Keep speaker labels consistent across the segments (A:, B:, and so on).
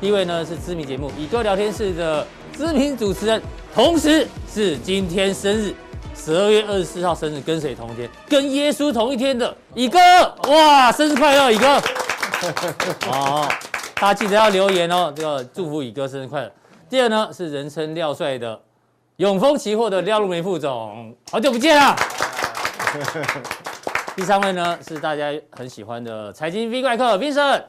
A: 第一位呢是知名节目《以哥聊天室》的知名主持人，同时是今天生日，十二月二十四号生日，跟谁同一天？跟耶稣同一天的以哥，哇，生日快乐，以哥！哦，大家记得要留言哦，这个祝福以哥生日快乐。第二呢是人称廖帅的永丰期货的廖路梅副总，好久不见啊！第三位呢是大家很喜欢的财经 V 怪客 Vincent。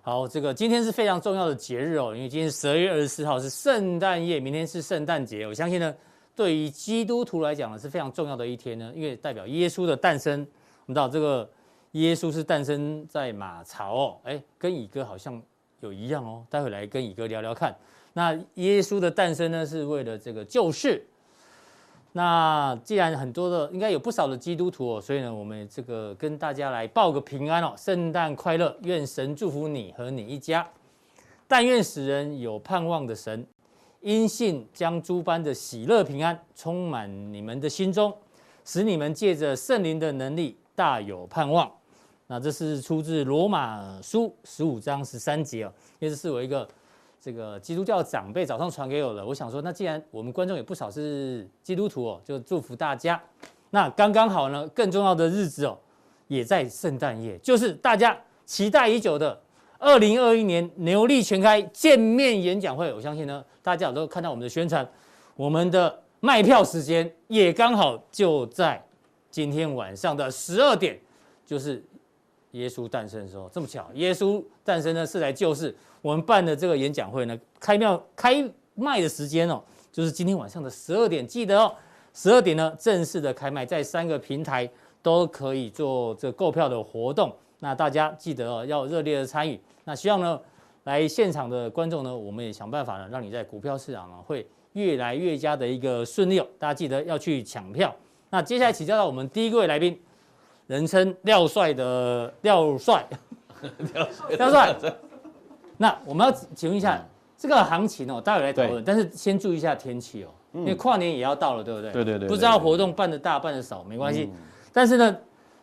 A: 好，这个今天是非常重要的节日哦，因为今天十二月二十四号是圣诞夜，明天是圣诞节。我相信呢，对于基督徒来讲呢是非常重要的一天呢，因为代表耶稣的诞生。我们知道这个耶稣是诞生在马槽哦，哎，跟乙哥好像有一样哦，待会来跟乙哥聊聊看。那耶稣的诞生呢，是为了这个救世，那既然很多的，应该有不少的基督徒哦，所以呢，我们这个跟大家来报个平安哦，圣诞快乐，愿神祝福你和你一家，但愿使人有盼望的神，因信将诸般的喜乐平安充满你们的心中，使你们借着圣灵的能力大有盼望。那这是出自罗马书十五章十三节哦，因为这是我一个这个基督教长辈早上传给我的，我想说，那既然我们观众也不少是基督徒哦，就祝福大家。那刚刚好呢，更重要的日子哦，也在圣诞夜，就是大家期待已久的二零二一年牛力全开见面演讲会。我相信呢，大家有都看到我们的宣传，我们的卖票时间也刚好就在今天晚上的十二点，就是耶稣诞生的时候，这么巧，耶稣诞生呢是来救世。我们办的这个演讲会呢，开庙开卖的时间哦，就是今天晚上的十二点，记得哦，十二点呢正式的开卖，在三个平台都可以做这购票的活动。那大家记得哦，要热烈的参与。那希望呢，来现场的观众呢，我们也想办法呢，让你在股票市场啊会越来越加的一个顺利哦。大家记得要去抢票。那接下来请教到我们第一位来宾，人称廖帅的廖 帅，廖帅，那我们要请问一
B: 嗯
A: 下，这个行情哦，待会来讨论，但是先注意一下天气哦，因为跨年也要到了，对不对？
B: 嗯对对嗯对
A: 不知道
B: 对对
A: 活动办的大办的少没关系，但是呢，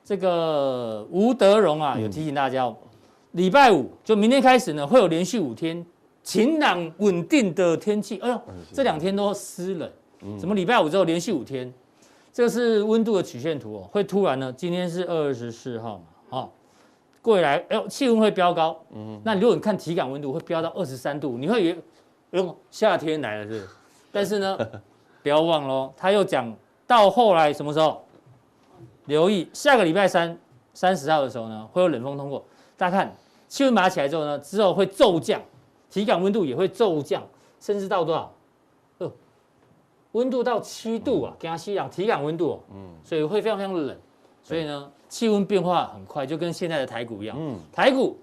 A: 这个吴德荣
B: 嗯
A: 啊有提醒大家哦，礼拜五就明天开始呢，会有连续五天晴朗稳定的天气。哎呦，
B: 嗯
A: 这两天都湿冷，怎么礼拜五之后连续五天？这个是温度的曲线图哦，会突然呢，今天是二十四号嘛，哦，过来，哎呦，气温会飙高，嗯，那如果你看体感温度会飙到二十三度，你会以为，哎呦，夏天来了是不是？但是呢，不要忘喽，他又讲到后来什么时候？留意下个礼拜三三十号的时候呢，会有冷风通过。大家看气温拔起来之后呢，之后会骤降，体感温度也会骤降，甚至到多少？呃，温度到七度啊，给它吸氧，体感温度、哦，嗯，所以会非常非常冷。所以呢，气温变化很快，就跟现在的台股一样。
B: 嗯
A: 台股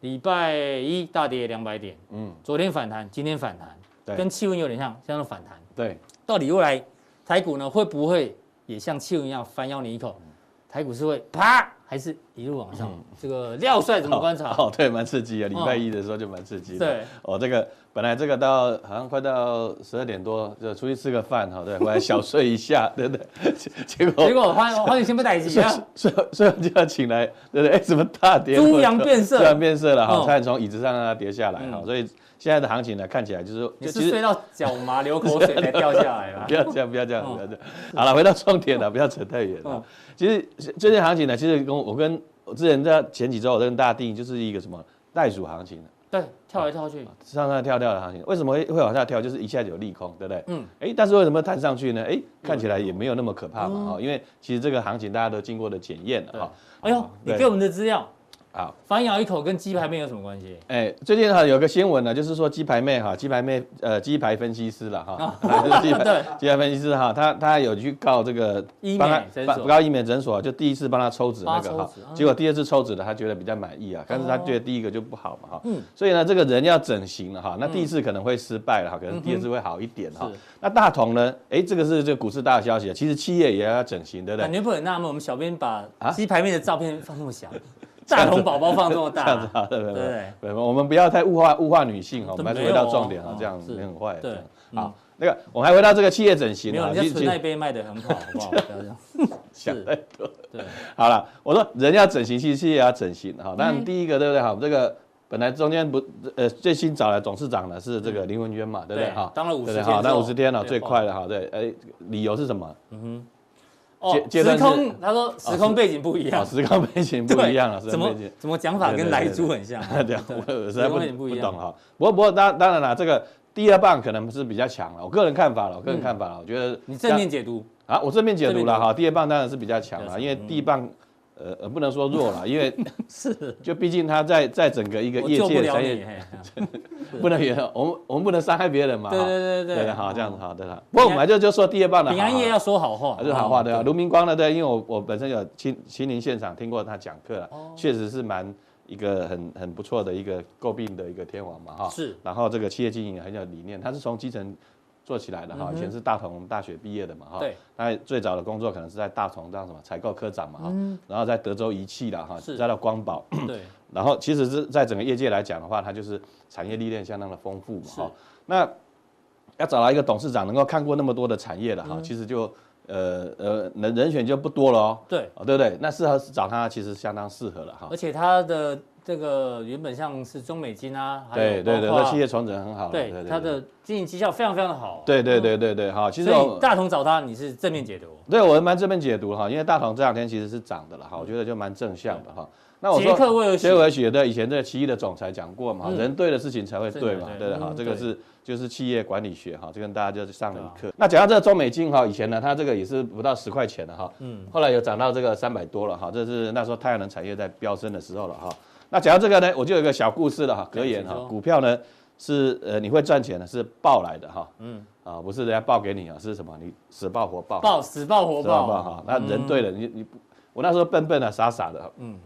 A: 礼拜一大跌两百点，
B: 嗯，
A: 昨天反弹，今天反弹，
B: 对
A: 跟气温有点像，像是反弹。
B: 对，
A: 到底未来台股呢会不会也像气温一样反咬你一口？
B: 嗯
A: 台股是会啪，还是一路往上？这个廖帅怎么观 察？
B: 哦，对，蛮刺激的。礼拜一的时候就蛮刺激的。
A: 对，
B: 哦，这个本来这个到好像快到十二点多，就出去吃个饭，哈，对，回来小睡一下， 对不对？结果
A: 结果发发现先被逮 急
B: 睡
A: 啊！
B: 睡睡完就要醒来，对不对？哎，怎么大跌？
A: 猪羊变色
B: 猪羊变色了哈，
A: 嗯
B: 差点从椅子上让它跌下来哈。
A: 嗯
B: 所以现在的行情呢，看起来就是
A: 你
B: 就是
A: 睡到脚麻流口水才掉下来吧
B: 不？要这样，不要这样，
A: 哦
B: 不要这样。好了，回到重点了，不要扯太远
A: 哦
B: 了。其实最近行情呢，其实跟我我跟我之前在前几周我跟大家定义就是一个什么袋鼠行情，啊
A: 对，跳来跳去，
B: 上上跳跳的行情，为什么会会往下跳？就是一下子有利空，对不对？
A: 嗯
B: 嗯。哎，但是为什么弹上去呢？哎，看起来也没有那么哦可怕嘛，哈、因为其实这个行情大家都经过了检验了，哈、 哦
A: 哎呦，你
B: 对
A: 给我们的资料，
B: 好，
A: 反咬一口跟鸡排面有什么关系？
B: 哎，最近哈有个新闻呢，就是说鸡排妹哈，鸡排妹呃，鸡排分析师了哈， 就是鸡排
A: 啊对
B: 鸡排分析师哈，他他有去告这个
A: 医美
B: 帮他
A: 诊
B: 帮
A: 所
B: 告医美诊所，就第一次帮他抽脂那个
A: 帮他
B: 哈
A: 抽脂啊，
B: 结果第二次抽脂的他觉得比较满意啊，但是他
A: 哦
B: 觉得第一个就不好嘛哈
A: 嗯，
B: 所以呢，这个人要整形了哈，那第一次可能会失败了哈，可能第二次会好一点哈
A: 嗯是。
B: 那大同呢，哎，这个是这个股市大消息啊，其实企业也要整形，对不对
A: 感？觉不很纳闷，我们小编把
B: 啊
A: 鸡排面的照片放那么小， 大同宝宝放这么
B: 这样子
A: 大，
B: 啊，对对
A: 对
B: 对，对 我们不要太物化物化女性哈，我
A: 对
B: 们还是
A: 没有
B: 回到
A: 哦
B: 重点啊
A: 哦，
B: 这样子
A: 是
B: 你很坏。
A: 对
B: 这样
A: 嗯
B: 好，那个我们还回到这个企业整
A: 没
B: 形
A: 有
B: 啊，
A: 人家纯爱杯卖的很好，好不好？不要这 样，
B: 想
A: 是
B: 太多。
A: 对，
B: 好了，我说人要整形，其实企业也要整形哈。那
A: 嗯
B: 第一个对不对哈？这个本来中间不呃最新找来董事长的是这个林文渊嘛，对不
A: 嗯
B: 对
A: 对
B: 哈？
A: 当了50
B: 对不对
A: 天
B: 好
A: 之
B: 那
A: 后
B: 五十天了，
A: 对
B: 最快了哈。对，哎，理由是什么？
A: 哦，
B: 阶阶段
A: 时
B: 是
A: 空，他说时空背景不一
B: 啊，
A: 样，
B: 时空背景不
A: 对
B: 一样了，时
A: 怎
B: 空背
A: 么
B: 景。
A: 怎么讲法
B: 对
A: 跟
B: 对
A: 来
B: 对
A: 猪很像？
B: 对啊，我我实
A: 所以
B: 在不
A: 有点不一
B: 不
A: 样
B: 懂哈。不过不过当当然啦，这个第二棒可能是比较强了，我个人看法了，我个人看法了，我觉得
A: 嗯你正面解读，
B: 啊，我正面解读
A: 正
B: 了
A: 面
B: 哈，第二棒当然是比较强了，
A: 比
B: 因
A: 较
B: 为
A: 强嗯
B: 第一棒。呃呃，不能说弱了，因为 是，就毕竟他在在整个一个
A: 我
B: 业
A: 救不
B: 界
A: 了
B: 产
A: 你，
B: 业，
A: 嘿
B: 不能也，我们我们不能伤害别人嘛，
A: 对
B: 哈
A: 对对对
B: 对
A: 对
B: 哈，
A: 哦
B: 这样子哈，对了。不过我们就就说第二棒的
A: 平安夜要说好话，
B: 还是好话对啊，
A: 哦
B: 卢明光呢，对，因为我我本身有亲亲临现场听过他讲课了，
A: 哦
B: 确实是蛮一个很很不错的一个诟病的一个天王嘛哈。
A: 是
B: 然后这个企业经营也很有理念，他是从基层做起来的哈，以前是大同大学毕业的嘛哈。
A: 嗯对。
B: 他最早的工作可能是在大同当什么采购科长嘛哈，然后在德州仪器了哈，
A: 嗯是
B: 再到光宝，
A: 对，
B: 然后其实是在整个业界来讲的话，它就是产业历练相当的丰富嘛
A: 是
B: 哈、那要找到一个董事长能够看过那么多的产业的
A: 嗯
B: 哈、其实就呃呃人人选就不多了哦。
A: 对
B: 哦，对不对？那适合找他其实相当适合了哈
A: 而。且他的这个原本像是中美金啊，还
B: 对
A: 有
B: 对对，
A: 包括
B: 那企业重整很好了。
A: 对它的经营绩效非常非常的好，嗯
B: 对对对对对哈，其实
A: 所
B: 我嗯
A: 以大同找他你是正面解读，
B: 对我蛮这边解读哈，因为大同这两天其实是涨的了哈，我觉得就蛮正向的哈。那我说
A: 杰克韦尔许
B: 杰克韦尔许的以前这个奇异的总裁讲过嘛，
A: 嗯
B: 人对的事情才会对嘛，
A: 是对
B: 对的
A: 对
B: 哈，
A: 嗯
B: 这个
A: 对啊
B: 是就是企业管理学哈，这跟大家就是上了一课。那讲到这个中美金哈，以前呢它这个也是不到十块钱的哈，嗯，后来有涨到这个三百多了哈，这是那时候太阳能产业在飙升的时候了哈。那讲到这个呢，我就有一个小故事了哈，格言
A: 请
B: 哈
A: 说，
B: 股票呢是呃你会赚钱的，是报来的哈，嗯，啊不是人家报给你啊，是什么？你死报活报。
A: 爆死爆活
B: 知道吧？
A: 爆，
B: 哈，那人对了，
A: 嗯
B: 你你不，我那时候笨笨的、傻傻的，嗯，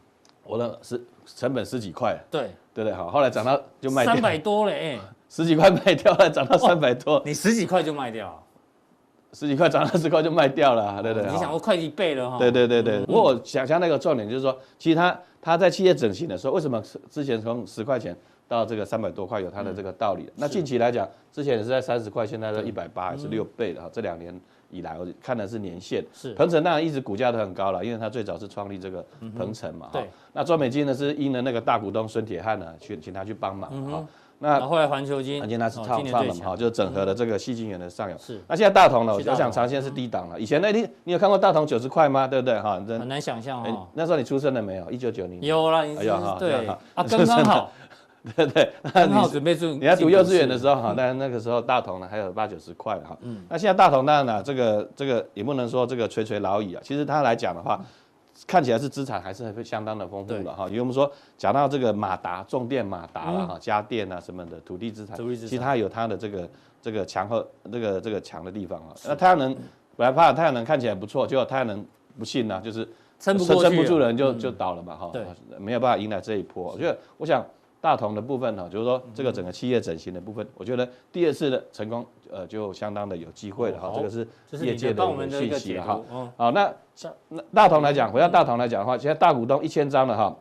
B: 我的十成本十几块，
A: 对，
B: 对不对？好，后来涨到就卖
A: 三
B: 掉，
A: 百哦多嘞，哎，
B: 十几块卖掉了，涨到三百多，
A: 你十几块就卖掉，
B: 十几块涨到十块就卖掉了，对不对？
A: 哦你想嗯
B: 哈
A: 过快一倍了哈，
B: 对对对对，不过我想象那个重点就是说，其实他他在企业整形的时候，为什么之前从十块钱到这个三百多块有它
A: 嗯
B: 的这个道理的？那近期来讲，之前也是在三十块，现在到一百八，也
A: 嗯
B: 是六倍的哈。这两年以来，我看的是年限。
A: 是嗯
B: 鹏程当然一直股价都很高了，因为它最早是创立这个鹏程嘛。哈
A: 对。
B: 那中美金呢是因了那个大股东孙铁汉呢，去请他去帮忙哈。
A: 嗯
B: 那啊
A: 然后后来环球金，
B: 而且它是
A: 哦
B: 创
A: 今年
B: 创
A: 最
B: 了嘛，
A: 强
B: 哈，就是整合了这个细晶元的上游。
A: 是
B: 那现在大同呢，我
A: 去大同嗯
B: 想长线是低档了。以前那你你有看过大同九十块吗？对不对？哈，真
A: 很难想象
B: 哎
A: 哈，
B: 那时候你出生了没有？一九九零。
A: 有啦，你是
B: 哎呀哈
A: 对
B: 那好
A: 啊，刚刚好，
B: 对对，那
A: 刚好
B: 你
A: 准备住，
B: 你在读幼稚园的时
A: 候，
B: 候哈，但那个时候大同呢还有八九十块啊哈。
A: 嗯
B: 那现在大同当然了，这个这个也不能说这个垂垂老矣啊。其实它来讲的话，看起来是资产还是会相当的丰
A: 嗯
B: 富
A: 对嗯
B: 的哈。因为我们说讲到这个马达、重电马达了哈、家电啊什么的土地资产，
A: 土地资产
B: 其实它有它的这个这个强和这个这个强的地方啊。那太阳能本来怕太阳能看起来不错，结果太阳能不幸呢、就是
A: 撑不过去了嗯
B: 撑不住人就就倒了嘛哈
A: 对，
B: 没有办法迎来这一波。我觉得，我想大同的部分哈，就是说
A: 嗯
B: 这个整个企业整形的部分，我觉得第二次的成功，呃，就相当的有机会了哈
A: 哦。好
B: 这个是
A: 就是
B: 业
A: 你
B: 界
A: 的帮我们
B: 的
A: 的一
B: 信
A: 个
B: 息
A: 解
B: 了
A: 读
B: 哈。，
A: 嗯，
B: 好，那那大同来讲，回到大同来讲的话，现在大股东一千张了哈，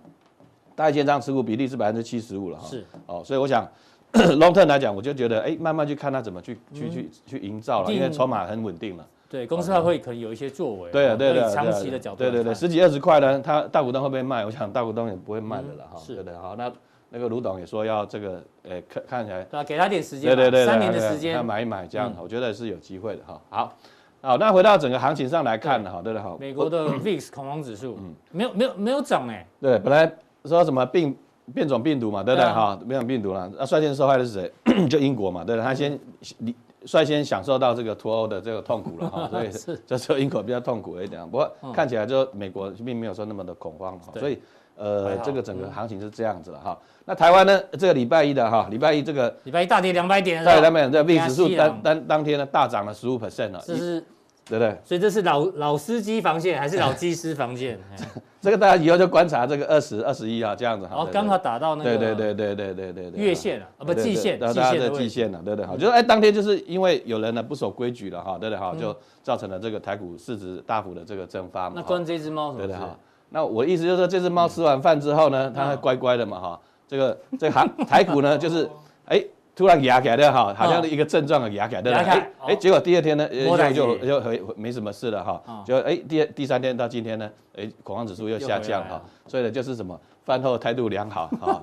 B: 大一千张持股比例是百分之七十五了哈。
A: 是
B: 哦，所以我想 long term 来讲，我就觉得哎、慢慢去看它怎么去去去去营造了，
A: 嗯一定
B: 因为筹码很稳定了。
A: 对，公司还会可能有一些作为，
B: 对啊，对啊对啊，
A: 以哦长
B: 对啊
A: 期的角度
B: 对
A: 来看，
B: 对对，十几二十块呢，他大股东会不会卖？我想大股东也不会卖的了哈，
A: 嗯是
B: 对的哈。那那个卢董也说要这个，呃，看看起来，
A: 对啊，给他点时间
B: 对
A: 吧，
B: 对对，
A: 三年
B: 对
A: 的
B: 对
A: 时
B: 他
A: 间，嗯
B: 买一买这样，我觉得是有机会的哈。好，好，那回到整个行情上来看哈，对的哈，
A: 美国
B: 嗯
A: 的 VIX 恐慌指数，没有没有没有涨哎，
B: 对，本来说什么病变种病毒嘛，对不对
A: 对啊
B: 哈？变种病毒啦，那率先受害的是谁？ 就英国嘛，对不对？他先你率先享受到这个脱欧的这个痛苦了哈，所以
A: 是嗯
B: 这时候英国比较痛苦一点啊。不过看起来就美国并没有说那么的恐慌嘛，
A: 对
B: 所以呃
A: 还好
B: 这个整个行情是这样子了哈。那台湾呢，这个礼拜一的哈，礼拜一这个
A: 礼拜一大跌两百点，
B: 在他们在 VIX 指数
A: 给它吸
B: 当
A: 了
B: 当当天呢大涨了十五 percent 了，
A: 这啊是
B: 对不对？
A: 所以这是老老司机防线还是老技师防 线？哎
B: 这个大家以后就观察这个二十二十一啊这样子哈。
A: 哦，
B: 对
A: 刚好。打到那
B: 对
A: 个
B: 对对对对对对对。
A: 月线啊，啊不
B: 对
A: 季
B: 对
A: 线，
B: 对
A: 季
B: 大家
A: 线
B: 在
A: 的
B: 季
A: 位置。嗯
B: 线了，对不对？好，就是哎，当天就是因为有人呢不守规矩了哈，对不对？好，就造成了这个台股市值大幅的这个蒸发嘛。
A: 那
B: 哈
A: 关这只猫什么
B: 对的
A: 事
B: 哈？。那我的意思就是说，这只
A: 嗯
B: 猫吃完饭之后呢，它会乖乖的嘛哈。这个这个行台股 呢，就是哎突然压起来的哈，好像一个症状给压起来的，
A: 嗯压起来
B: 哎
A: 哦
B: 哎，结果第二天呢，
A: 摸
B: 呃
A: 奶
B: 就
A: 机
B: 就就就没什么事了
A: 哦
B: 哈。就哎第二第三天到今天呢，哎恐慌指数又下降
A: 又回来
B: 哈
A: 了，
B: 所以呢就是什么饭后态度良好 哈。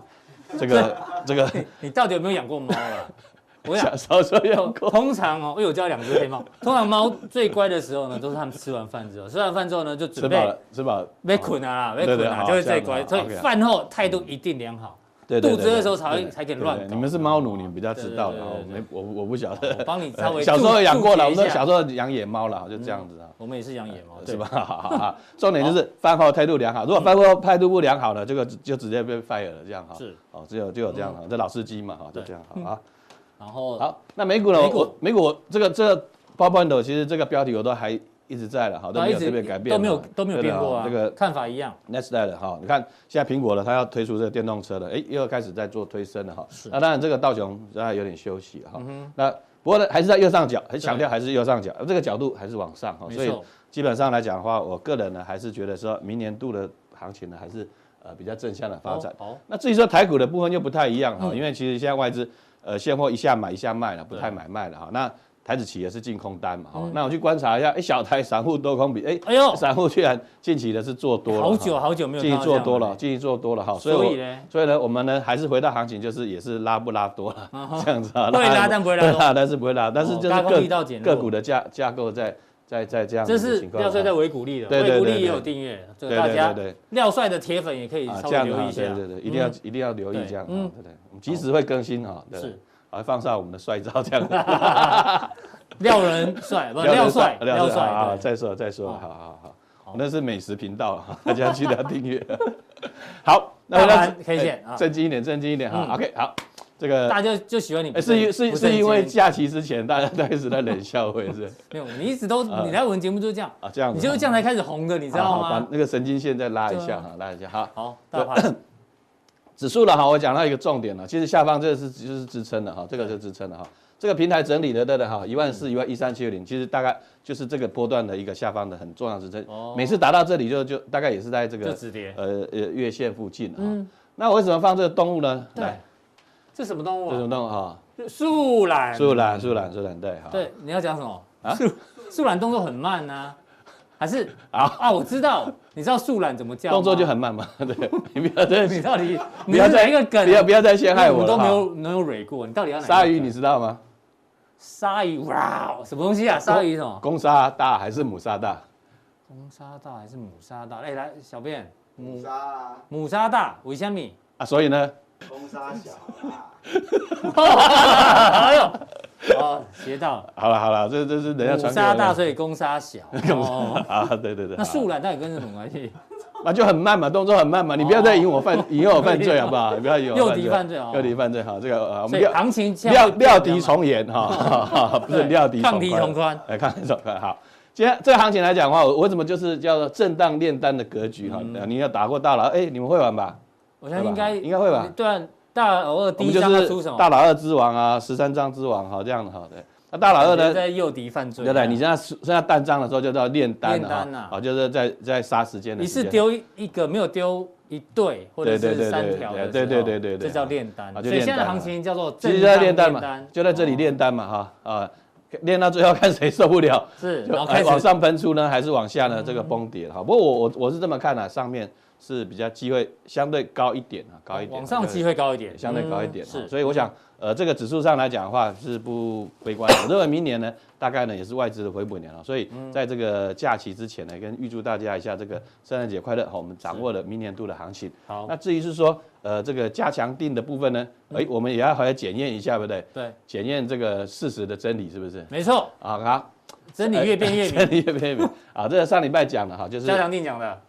B: 这个这个
A: 你到底有没有养过猫 啊？我想
B: 小时候就有
A: 通
B: 过，
A: 通常哦，因为我家有两只黑猫，通常猫最乖的时候呢，都是它们吃完饭之后，吃完饭之后呢，就
B: 吃
A: 准
B: 饱
A: 备
B: 了吃饱了，
A: 被捆啊啦，被
B: 对对
A: 捆啊，
B: 好
A: 就会
B: 这样
A: 最
B: 子
A: 乖，
B: 好
A: 所以
B: OK 啊
A: 饭后态度一定良 好。
B: 对对对
A: 肚子饿的
B: 对
A: 时候才会
B: 对对
A: 才可以
B: 对
A: 乱
B: 对
A: 搞
B: 你们是猫奴，你们比较知道
A: 对对
B: 的哈，我
A: 对
B: 没我我不晓得
A: 我。哦帮你稍 微
B: 小时候养过了，我们
A: 们
B: 小时候养野猫了，就这样子啊，
A: 我们也是养野猫，嗯对
B: 是吧？？ 哈 哈哈重点就是饭后态度良好，如果饭后态度不良好呢，这个就直接被 fire 了，这样哈。
A: 是嗯
B: 哦，只有就有这样哈，这老司机嘛哈，就这样好啊。
A: 然后
B: 好，那美股呢？
A: 美股
B: 我美股我这个这个包包头，其实这个标题我都还一直在了哦哈，都
A: 然后
B: 没
A: 啊一
B: 有
A: 直
B: 特别改变嘛，哦
A: 都没有都没有
B: 对的
A: 变
B: 哈
A: 过啊，
B: 这个
A: 看法一样。
B: Next Day 的哈，你看现在苹果了，它要推出这个电动车了，哎，又要开始在做推升了哈。那当然这个道琼现在有点休息
A: 嗯
B: 哈。那不过呢，还是在右上角，很强调还是右上角，这个角度还是往上哈。
A: 没
B: 所以
A: 错
B: 基本上来讲的话，我个人呢还是觉得说明年度的行情呢还是呃比较正向的发展。
A: 好，
B: 那至于说台股的部分又不太一样
A: 嗯
B: 哈，因为其实现在外资呃现货一下买一下卖了，不太买卖了哈。那台子企也是净空单嘛
A: 嗯
B: 哈。那我去观察一下，哎，小台散户多空比，哎。
A: 哎呦，
B: 散户居然近期的是做多了哈，
A: 好久好久没有
B: 进
A: 看
B: 一
A: 到
B: 做
A: 这样
B: 多了，，进一做多了哈，所以
A: 所以
B: 我
A: 呢，
B: 所以呢，我们呢还是回到行情，就是也是拉不拉多了这样子啊，
A: 不会拉但不会拉多哦
B: 但是不会拉， 但是就
A: 大
B: 是
A: 家力道
B: 个
A: 减弱
B: 个股的架架构在在在这样
A: 这
B: 子
A: 是
B: 的情况
A: 廖帅
B: 下
A: 在维谷利的，
B: 对对
A: 维谷
B: 对
A: 利
B: 对
A: 也有订阅，这个
B: 对
A: 大
B: 对
A: 家
B: 对对
A: 廖帅的铁粉也可以
B: 啊
A: 稍
B: 这
A: 微
B: 样子
A: 留意一
B: 啊，对
A: 下，嗯
B: 对对，一定要一定要留意
A: 对
B: 这样子啊，
A: 嗯
B: 对不对？我们及时会更新哈，对
A: 是，
B: 还放上我们的帅照这样子，
A: 廖人 帅不廖帅廖
B: 帅啊，
A: 帅，对
B: 再说再说，
A: 哦
B: 好好好，我们那是美食频道 啊，大家记得要订阅。 好，那回
A: 大
B: 到
A: 盘 K 线啊
B: 哎正经一点，正经一点哈
A: 嗯。
B: OK，好，这个
A: 大家就喜欢你
B: 哎
A: 不
B: 是
A: 正，
B: 因是
A: 不
B: 是
A: 正
B: 因为
A: 经
B: 假期之前大家都一直在冷笑，会是
A: 没有，你一直都
B: 啊
A: 你来我们节目就是这样，
B: 啊这样子啊，
A: 你就是这样才开始红的，你知道
B: 好好把
A: 吗？
B: 那个神经线再拉一
A: 对
B: 下
A: 啊
B: 哈，拉一下哈。
A: 好，大盘
B: 指数了哈，我讲到一个重点了，其实下方这个是就是支撑的哈，这个就支撑了哈。这个平台整理的对的哈，一万
A: 嗯
B: 四、一万一三七零，其实大概就是这个波段的一个下方的很重要的支撑。
A: 哦
B: 每次达到这里就就大概也是在这
A: 就
B: 个
A: 止跌，
B: 呃呃月线附近哈。
A: 嗯
B: 那我为什么放这个动物呢？
A: 对
B: 来，，
A: 这什么动物
B: 这
A: 啊
B: 种？动物哈，
A: 树懒，
B: 树懒、树懒、树懒，对哈。
A: 对，你要讲什么？
B: 啊
A: 树树懒动作很慢呐，还是
B: 啊
A: 啊？我知道，你知道树懒怎么叫吗？
B: 动作就很慢嘛， 对， 你不要再
A: 你到底
B: 不
A: 你
B: 要
A: 是
B: 再
A: 哪一个梗？
B: 不要不要再陷害我
A: 们都
B: 了
A: 没
B: 哈。
A: 有没有蕊过，你到底要哪一个梗？
B: 鲨鱼你知道吗？
A: 鲨鱼哇，什么东西啊？鲨鱼什么？
B: 公鲨大还是母鲨大？
A: 公鲨大还是母鲨大？哎，来，小便母
C: 杀啊，
A: 母鲨大，为什么？
B: 啊，所以呢，
C: 封杀小啊，
A: 哎呦，哦，学到了。
B: 好了好了，这这是人家
A: 母
B: 传给
A: 鲨
B: 我
A: 大，
B: 的。
A: 所以公鲨 小。哦，
B: 啊，对对对，
A: 那
B: 好
A: 树懒到底跟这什么关系？
B: 啊就很慢嘛，动作很慢嘛，你不要再引我犯引诱我犯罪好 不好？你不要引我
A: 哦诱敌犯罪哦
B: 诱敌犯罪哈，这个呃
A: 所
B: 我们
A: 以
B: 料
A: 行情现在
B: 料
A: 会
B: 料
A: 变成
B: 敌从严哈哈，哈不是
A: 对
B: 料敌
A: 抗敌
B: 从
A: 从宽
B: 哎，抗敌从宽好。今天这个行情来讲的话，我我怎么就是叫做震荡炼丹的格局哈？
A: 嗯
B: 呃你要打过大佬，哎，你们会玩吧？
A: 我相信应该
B: 会吧应该会吧
A: 对啊，大偶尔
B: 我
A: 第
B: 们
A: 一
B: 就
A: 张要出
B: 是
A: 什么？
B: 大佬二之王啊，十三张之王哈，这样的哈。对，那大佬二
A: 感觉
B: 呢？
A: 在诱敌犯罪。
B: 对不对？你现在剩下单张的时候就叫炼丹
A: 炼
B: 了
A: 丹啊
B: 哈，啊，就是在在杀时间的
A: 一
B: 时
A: 次
B: 间。
A: 丢一一个，没有丢一对或者
B: 对对
A: 是
B: 对
A: 三
B: 对
A: 条的时候，
B: 对对对对
A: 这
B: 对
A: 叫炼丹。
B: 啊就
A: 所以现在的
B: 炼丹
A: 行
B: 嘛
A: 情叫做
B: 其实就在炼丹嘛，就在这
A: 哦
B: 里炼丹嘛哈啊，炼到最后看谁受不了，
A: 是，
B: 就
A: 然后
B: 哎
A: 开始嗯
B: 往上喷出呢，还是往下呢？这个崩跌了哈。不过我我我是这么看啊，上面是比较机会相对高一点啊，高一点
A: 往上机会高一点，
B: 相对高一点
A: 嗯
B: 啊。
A: 是，
B: 所以我想呃，这个指数上来讲的话是不悲观的。我认为明年呢，大概呢也是外资的回补年了，哦所以
A: 嗯
B: 在这个假期之前呢，跟预祝大家一下这个圣诞节快乐哈。哦我们掌握了明年度的行情。
A: 好嗯
B: 那，至于是说，呃，这个加强定的部分呢，哎、我们也要回来检验一下，对不对？
A: 对，
B: 检验这个事实的真理是不是？
A: 没错，
B: 啊啊，
A: 真理越辩越明。
B: 哎 真理越辩越明啊！这个上礼拜讲了哈，就是
A: 加强定讲的，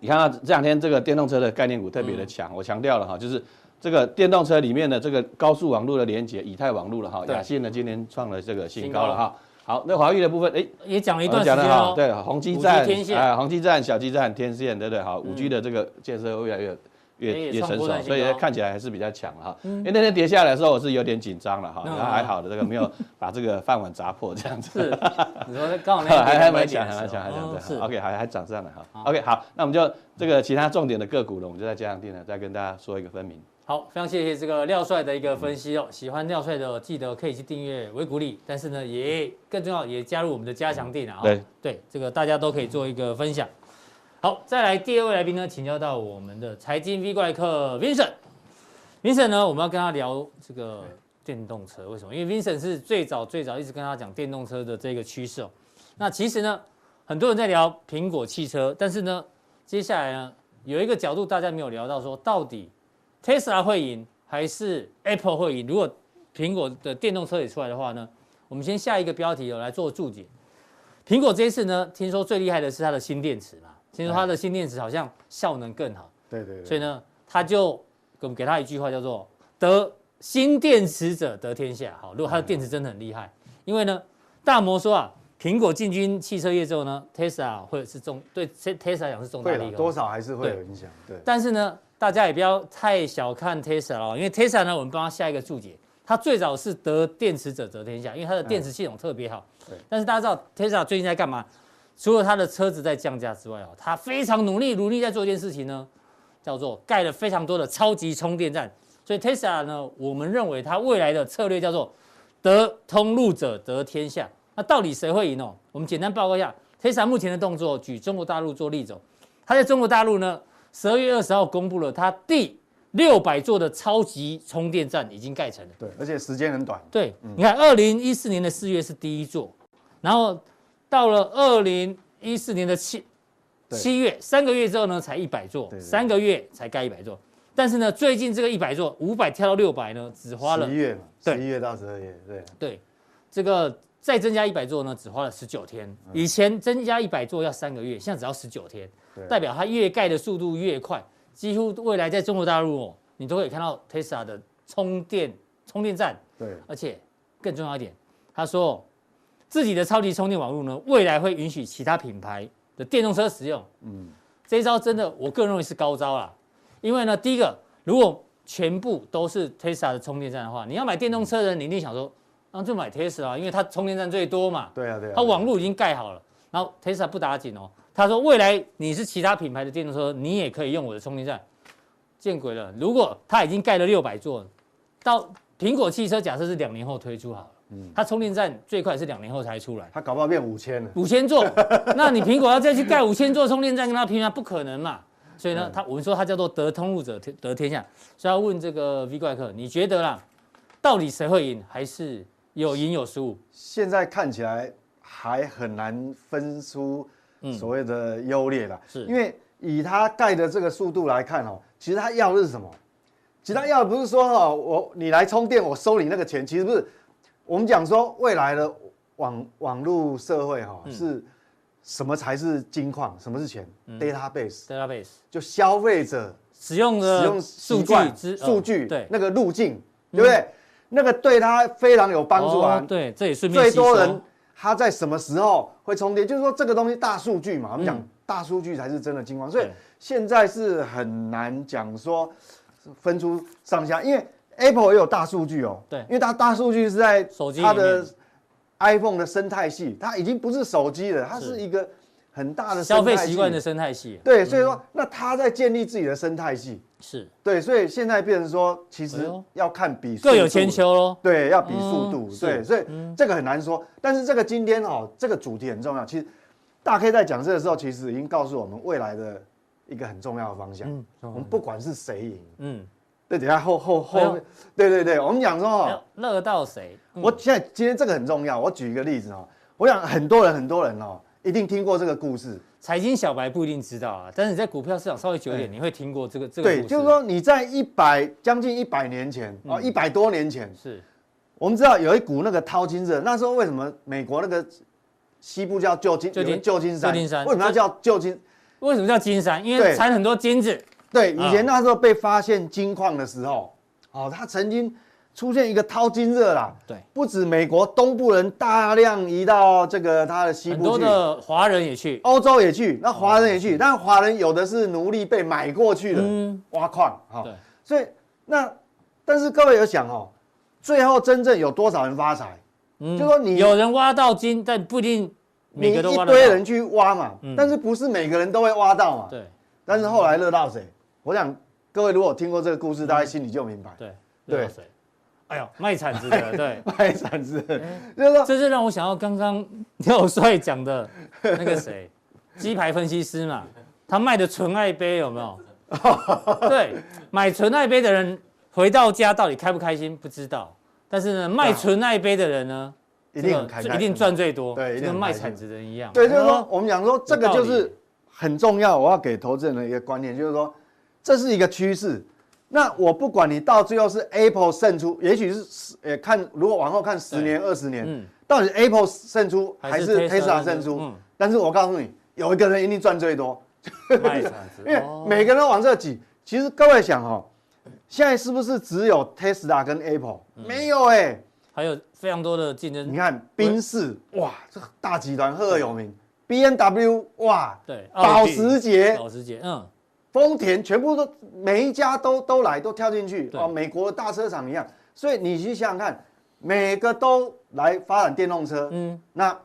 B: 你看到这两天这个电动车的概念股特别
A: 嗯
B: 的强，我强调了哈，就是这个电动车里面的这个高速网络的连接，以太网络了哈，
A: 对
B: 雅信呢今年创了这个新
A: 新
B: 高
A: 高
B: 了
A: 了
B: 哈。好，那华域的部分，哎，
A: 也讲了一
B: 我
A: 段
B: 们
A: 时间
B: 讲的
A: 哦
B: 好，，对，红基
A: 5G
B: 站
A: 天线嗯
B: 哎，红基站、小基站、天线，对不对？好，五 G 的这个建设会越来越
A: 哎
B: 越
A: 也
B: 越
A: 创
B: 成熟
A: 波段，新
B: 所以
A: 高
B: 看起来还是比较强哈。因为那天跌下来的时候，我是有点紧张了哈，
A: 嗯
B: 然后还好的，这个没有把这个饭碗砸破这样子。
A: 是，你说刚好那
B: 还
A: 个
B: 还蛮
A: 蛮
B: 强，还蛮强，还蛮强，啊
A: 哦
B: 对
A: 是。
B: OK，还还涨上来哈。OK，好，那我们就这个其他重点的个股呢，我们就在加强定了，再跟大家说一个分明。
A: 好，非常谢谢这个廖帅的一个分析哦。喜欢廖帅的，记得可以去订阅维谷力，但是呢，也更重要也加入我们的加强定啊、哦。
B: 对
A: 这个大家都可以做一个分享。好，再来第二位来宾呢，请教到我们的财经 V 怪客 Vincent。Vincent 呢，我们要跟他聊这个电动车，为什么？因为 Vincent 是最早最早一直跟他讲电动车的这个趋势哦。那其实呢，很多人在聊苹果汽车，但是呢，接下来呢，有一个角度大家没有聊到说到底 Tesla 会赢还是 Apple 会赢？如果苹果的电动车也出来的话呢，我们先下一个标题哦来做注解。苹果这一次呢，听说最厉害的是它的新电池嘛，听说它的新电池好像效能更好，
D: 对对对，
A: 所以呢，他就给我们给他一句话叫做“得新电池者得天下”。好，如果它的电池真的很厉害，因为呢，大摩说啊，苹果进军汽车业之后呢，Tesla 会是重对 Tesla 讲是重大
D: 会
A: 利
D: 了
A: 空，
D: 多少还是会
A: 哦对
D: 有影响，对，
A: 但是呢，大家也不要太小看 Tesla 哦，因为 Tesla 呢，我们帮他下一个注解，它最早是得电池者得天下，因为它的电池系统特别好。
D: 对
A: 但是大家知道 Tesla 最近在干嘛？除了它的车子在降价之外哦，它非常努力努力在做一件事情呢，叫做盖了非常多的超级充电站。所以 Tesla 呢，我们认为它未来的策略叫做得通路者得天下。那到底谁会赢哦？我们简单报告一下 Tesla 目前的动作，举中国大陆做例子哦。它在中国大陆呢，十二月二十号公布了它第六百座的超级充电站已经盖成了。
D: 对，而且时间很短，
A: 对，你看，二零一四年的四月是第一座，然后到了二零一四年的七
D: 对
A: 七月，三个月之后呢，才一百座
D: 对，对对
A: 三个月才盖一百座。但是呢，最近这个一百座，五百跳到六百呢，只花了
D: 十一月嘛，
A: 对
D: 十一月到十二月，对，
A: 对，这个再增加一百座呢，只花了十九天。以前增加一百座要三个月，现在只要十九天，
D: 对
A: 代表它越盖的速度越快，几乎未来在中国大陆哦，你都可以看到 Tesla 的充电充电站，
D: 对，啊
A: 而且更重要一点，他说自己的超级充电网络呢，未来会允许其他品牌的电动车使用。嗯，这一招真的，我个人认为是高招啦。因为呢，第一个，如果全部都是 Tesla 的充电站的话，你要买电动车的人，你一定想说，那就买 Tesla，因为啊它充电站最多嘛。
D: 对啊，对啊，
A: 它
D: 对啊
A: 网，络已经盖好了，然后 Tesla 不打紧哦，他说未来你是其他品牌的电动车，你也可以用我的充电站。见鬼了！如果它已经盖了六百座，到苹果汽车假设是两年后推出好了，它充电站最快是两年后才出来，
D: 它搞不好变五千了，
A: 五千座，那你苹果要再去盖五千座充电站跟它拼吗？不可能嘛！所以呢，它我们说它叫做得通路者天得天下，所以要问这个 V 怪客，你觉得啦，到底谁会赢？还是有赢有输？
D: 现在看起来还很难分出所谓的优劣啦，
A: 嗯是
D: 因为以它盖的这个速度来看哦，其实它要的是什么？其实它要的不是说哦，我你来充电，我收你那个钱，其实不是。我们讲说未来的网网络社会哈、
A: 嗯
D: 是什么才是金矿？什么是钱、d
A: 嗯
D: a t a b a s e
A: database
D: 就消费者
A: 使用的
D: 使用
A: 数
D: 习
A: 据
D: 惯
A: 之
D: 数
A: 呃
D: 据
A: 对嗯
D: 那个路径，对不对？那个对他非常有帮助啊
A: 哦。对，这也顺便
D: 最
A: 吸收
D: 多人他在什么时候会充电？就是说这个东西大数据嘛，我们讲
A: 嗯
D: 大数据才是真的金矿，所以
A: 对
D: 现在是很难讲说分出上下，因为 Apple 也有大数据哦。
A: 对
D: 因为它大数据是在
A: 手机里
D: 它的
A: 面
D: iPhone 的生态系，它已经不是手机了，它
A: 是
D: 是一个很大的
A: 消费
D: 生态系
A: 习惯的。嗯生态系
D: 对，所以说那它在建立自己的生态系。
A: 是
D: 对，所以现在变成说，其
A: 哎
D: 实
A: 呦
D: 要看比速
A: 各有
D: 度
A: 千秋喽。
D: 对，要比速度，
A: 嗯是
D: 对，所以这个很难说。但是这个今天哦，这个主题很重要。其实大 K 在讲这个时候，其实已经告诉我们未来的一个很重要的方向。
A: 嗯
D: 我们不管是谁赢，
A: 嗯，
D: 对，等一下后后后
A: 哎呦哎
D: 面，对对对，我们讲说
A: 还有
D: 哦，
A: 乐到谁？嗯
D: 我现在今天这个很重要。我举一个例子哦，我想很多人很多人哦，一定听过这个故事。
A: 财经小白不一定知道啊，但是你在股票市场稍微久一点，你会听过这个这个
D: 对，
A: 故事
D: 就是说你在一百将近一百年前哦，
A: 嗯
D: 一百多年前，
A: 是
D: 我们知道有一股那个淘金热，那时候为什么美国那个西部叫旧金，
A: 旧金
D: 有个旧金山，
A: 旧金山
D: 为什么要叫旧金？
A: 为什么叫金山？因为
D: 对
A: 产很多金子，
D: 对，
A: 啊
D: 以前那时候被发现金矿的时候，哦，它曾经出现一个淘金热啦。
A: 对，
D: 不止美国东部人大量移到这个它的西
A: 很
D: 部
A: 多
D: 去，哦
A: 的华人也去。
D: 欧洲也去，那华人也去，但华人有的是奴隶被买过去的，
A: 嗯
D: 挖矿哈。
A: 对
D: 所以那但是各位有想哦，最后真正有多少人发财？
A: 嗯
D: 就说你
A: 有人挖到金，但不一定
D: 你
A: 每
D: 一
A: 个都挖得
D: 堆
A: 到
D: 人去挖嘛，
A: 嗯
D: 但是不是每个人都会挖到嘛？
A: 对
D: 但是后来乐到谁？我想各位如果有听过这个故事，大家心里就明白。
A: 对
D: 对
A: 热水哎呦，卖铲子的，对，
D: 卖铲子，
A: 嗯
D: 就是说
A: 这是让我想到刚刚 廖帅讲的那个谁，鸡排分析师嘛，他卖的纯爱杯有没有？ 对，买纯爱杯的人回到家到底开不开心不知道，但是呢，卖纯爱杯的人呢，
D: 啊一
A: 这
D: 定
A: 个
D: 很开
A: 最
D: 心，
A: 一定赚。最多，
D: 对
A: 就
D: 一定
A: 跟
D: 很
A: 卖
D: 开心
A: 铲子的人一样。
D: 对，就
A: 哎
D: 是
A: 呦
D: 说，我们讲说这个就
A: 有道
D: 是
A: 理
D: 很重要，我要给投资人的一个观念，就是说这是一个趋势。那我不管你到最后是 Apple 胜出，也许是十呃看如果往后看十年、二十年
A: 嗯，
D: 到底是 Apple 胜出
A: 还
D: 还
A: 是
D: 是
A: Tesla
D: Tesla 胜出
A: 嗯？
D: 但是我告诉你，有一个人一定赚最多，
A: 卖铲子，
D: 因为
A: 哦
D: 每个人都往这挤。其实各位想哦，现在是不是只有 Tesla 跟 Apple？
A: 嗯
D: 没有哎、
A: 还有非常多的竞
D: 你
A: 争，
D: 看宾士，
A: 嗯
D: 哇，这大集团赫赫有名，B N W，哇，
A: 对，
D: 保
A: 奥迪
D: 时捷、
A: 保时捷，嗯，
D: 丰田，全部都每一家都都来，都跳进去，
A: 对
D: 哦，美国的大车厂一样。所以你去想想看，每个都来发展电动车，
A: 嗯
D: 嗯，那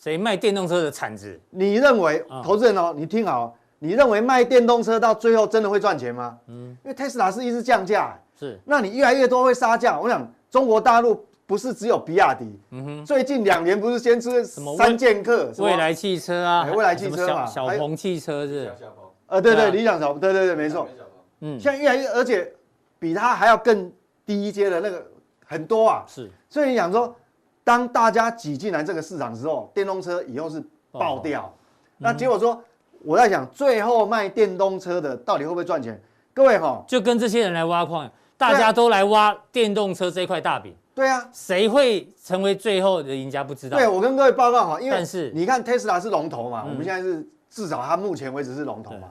A: 谁卖电动车的铲子？
D: 你认为
A: 啊
D: 投资人哦，你听好哦，你认为卖电动车到最后真的会赚钱吗？嗯，因为 Tesla 是一直降价、
A: 是
D: 那你越来越多会杀价。我想中国大陆不是只有比亚迪，最近两年不是先出
A: 嗯么
D: 三剑客，什么
A: 未来汽车啊，
D: 哎未来汽车
A: 什么
D: 嘛
A: 小
D: 还
A: 小
D: 有
A: 鹏汽车是
C: 小鹏，
D: 呃，对
A: 对啊
D: 对，理想小，对对对，没错。
A: 嗯
D: 现在越来越，而且比它还要更低一阶的那个很多啊。
A: 是
D: 所以你想说，当大家挤进来这个市场之后，电动车以后是爆掉。
A: 哦
D: 那结果说，我在想，最后卖电动车的到底会不会赚钱？各位哈，
A: 就跟这些人来挖矿，大家都来挖电动车这块大饼，
D: 对啊，
A: 谁会成为最后的赢家不知道。
D: 对我跟各位报告哈，因为
A: 但是
D: 你看 Tesla 是龙头嘛，
A: 嗯
D: 我们现在是至少它目前为止是龙头嘛。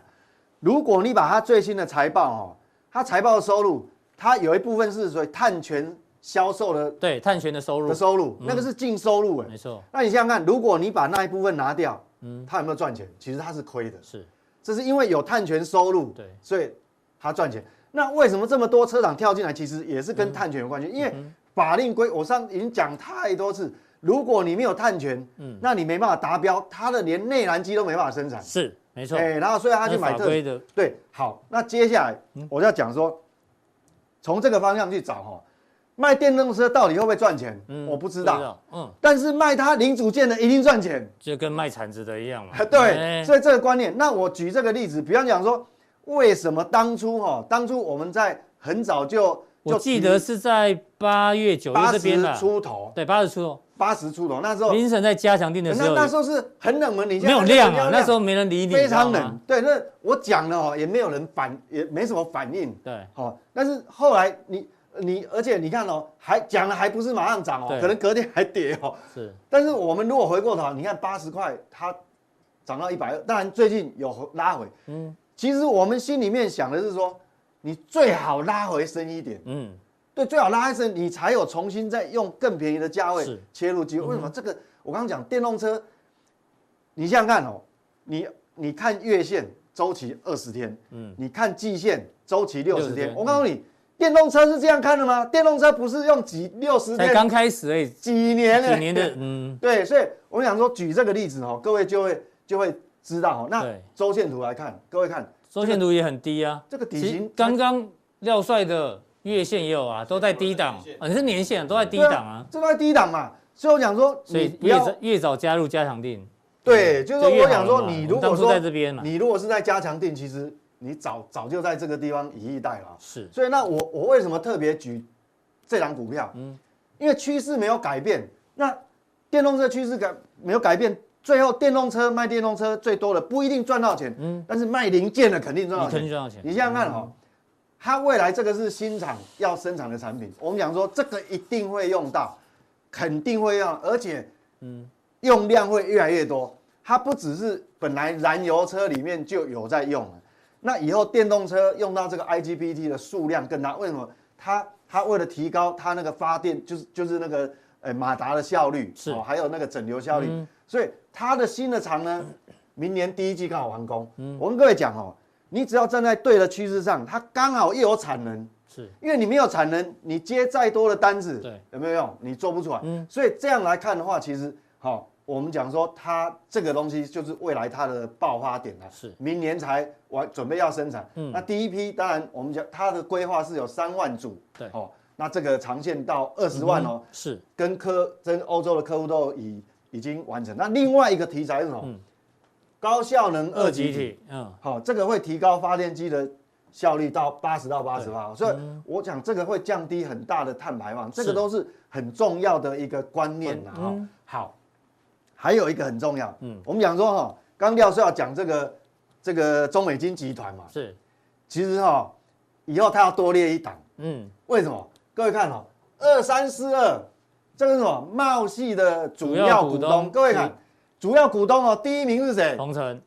D: 如果你把它最新的财报哦，它财报的收入，它有一部分是属于碳权销售的
A: 对碳权的收入
D: 的，收入，那个是净收入哎
A: 嗯没。错，嗯
D: 那你想想看，如果你把那一部分拿掉，它有没有赚钱？其实它是亏的，
A: 是
D: 这是因为有碳权收入，
A: 对
D: 所以它赚钱。那为什么这么多车厂跳进来？其实也是跟碳权有关系，
A: 嗯
D: 因为法令规，我上已经讲太多次，如果你没有碳权，那你没办法达标，它的连内燃机都没办法生产，
A: 是嗯没错。
D: 哎，然后所以他去
A: 那
D: 买
A: 法
D: 特
A: 规的，嗯
D: 对，好，那接下来我要讲说，从这个方向去找哈，卖电动车到底会不会赚钱？我不知道，，
A: 嗯，
D: 但是卖它零组件的一定赚钱。。
A: 就跟卖铲子的一样嘛
D: 对，
A: 哎
D: 所以这个观念，那我举这个例子，比方讲说，为什么当初哈，当初我们在很早就
A: 我记得是在八月九月
D: 八
A: 这边啊
D: 十
A: 的，
D: 出头，
A: 对，八十出头，
D: 八十出头，那时候
A: 凌晨在加强定的时
D: 那
A: 候，
D: 那时候是很冷门，你现
A: 没有
D: 在看
A: 量
D: 成交
A: 啊，那时候没人理你，
D: 非常
A: 你知道吗
D: 冷。，对，那我讲了哦，也没有人反，也没什么反应。
A: 对，
D: 好、但是后来你你，而且你看哦，还讲了还不是马上涨哦
A: 对，
D: 可能隔天还跌哦。
A: 是
D: 但是我们如果回过头，你看八十块它涨到一百二，当然最近有拉回。嗯，其实我们心里面想的是说，你最好拉回深一点，
A: 嗯，
D: 对，最好拉回深，你才有重新再用更便宜的价位
A: 是
D: 切入机会。为什么？这个我刚刚讲电动车，你想想看哦，你你看月线周期二十天，嗯，你看季线周期六
A: 60
D: 十天
A: 天。
D: 我告诉你，电动车是这样看的吗？电动车不是用几六十
A: 才
D: 天
A: 刚开始而已，
D: 几年呢
A: 几年的，嗯，
D: 对，所以我想说，举这个例子哦，各位就会就会知道哦。那
A: 对
D: 周线图来看，各位看
A: 周线图也很低啊。
D: 这个底
A: 其实
D: 型，
A: 刚刚廖帅的月线也有啊，都在低档，啊，你是年线啊都在低
D: 对
A: 档啊，，
D: 这都在低档嘛。所以我想说，
A: 所
D: 你
A: 以
D: 不
A: 越
D: 要
A: 早越早加入加强定，
D: 对，就是
A: 就越
D: 说我
A: 好
D: 想
A: 了嘛
D: 说，你如
A: 我们当
D: 果
A: 初在
D: 说
A: 这边啊嘛，
D: 你如果是在加强定，其实你早早就在这个地方以逸待劳。
A: 是
D: 所以那我我为什么特别举这档股票？嗯，因为趋势没有改变，那电动车趋势改没有改变，最后电动车卖电动车最多的不一定赚到钱，嗯，但是卖零件的肯定赚
A: 你
D: 到
A: 肯定
D: 钱。
A: 赚到钱，嗯
D: 你想想看哦，它未来这个是新厂要生产的产品，我们讲说这个一定会用到，肯定会用，而且嗯，用量会越来越多。它不只是本来燃油车里面就有在用了，那以后电动车用到这个 IGBT 的数量更大，为什么？它它为了提高它那个发电，就是就是那个呃马达的效率，哦
A: 是
D: 还有那个整流效率，所以它的新的厂呢，明年第一季刚好完工。我跟各位讲哦，你只要站在对的趋势上，它刚好又有产能，
A: 是
D: 因为你没有产能，你接再多的单子，
A: 对，
D: 有没有用？你做不出来。
A: 嗯
D: 所以这样来看的话，其实好、我们讲说它这个东西就是未来它的爆发点啦，
A: 是嗯
D: 明年才完准备要生产。那第一批当然我们讲它的规划是有三万组，
A: 对嗯
D: 哦，那这个长线到二十万哦，
A: 是
D: 跟科跟欧洲的客户都已已经完成。那另外一个题材是什么？
A: 嗯
D: 高效能二
A: 二
D: 级
A: 级
D: 体。
A: 体，嗯，
D: 好、这个会提高发电机的效率到八十到八十八，所以我讲这个会降低很大的碳排放，这个
A: 是
D: 都嗯是很重要的一个观念啊。哈、好，还有一个很重要，嗯，我们讲说哈、刚廖是要讲这个这个中美金集团嘛，
A: 是，
D: 其实哈、以后他要多列一档，
A: 嗯，
D: 为什么？各位看哦，二三四二，这个是什么？茂系的主
A: 主要
D: 要
A: 股
D: 股
A: 东
D: 东，各位看
A: 嗯，
D: 主要股东哦，第一名是谁？
A: 同城，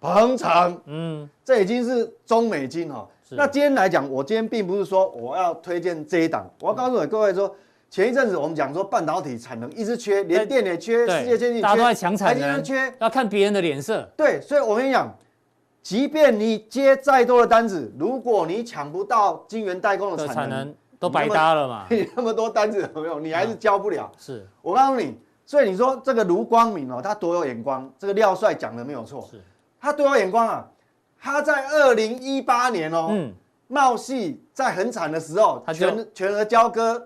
D: 鹏程。
A: 嗯，
D: 这已经是中美金哦。
A: 是
D: 那今天来讲，我今天并不是说我要推荐这一档，我要告诉各位说，前一阵子我们讲说半导体产能一直缺，连电也缺，
A: 对
D: 世界经济
A: 大家都在
D: 缺，
A: 抢
D: 台
A: 产
D: 积电
A: 能，
D: 缺，
A: 要看别人的脸色，
D: 对，所以我跟你讲，即便你接再多的单子，如果你抢不到晶圆代工的
A: 的
D: 产
A: 产
D: 能，
A: 能都白搭了 嘛，
D: 你那么多单子有没有？你
A: 嗯
D: 还是交不了。
A: 是
D: 我告诉你，所以你说这个卢光明哦，他多有眼光，这个廖帅讲的没有错，
A: 是，
D: 他多有眼光啊！他在二零一八年哦，
A: 嗯，
D: 茂系在很惨的时候，
A: 他就
D: 全全额交割，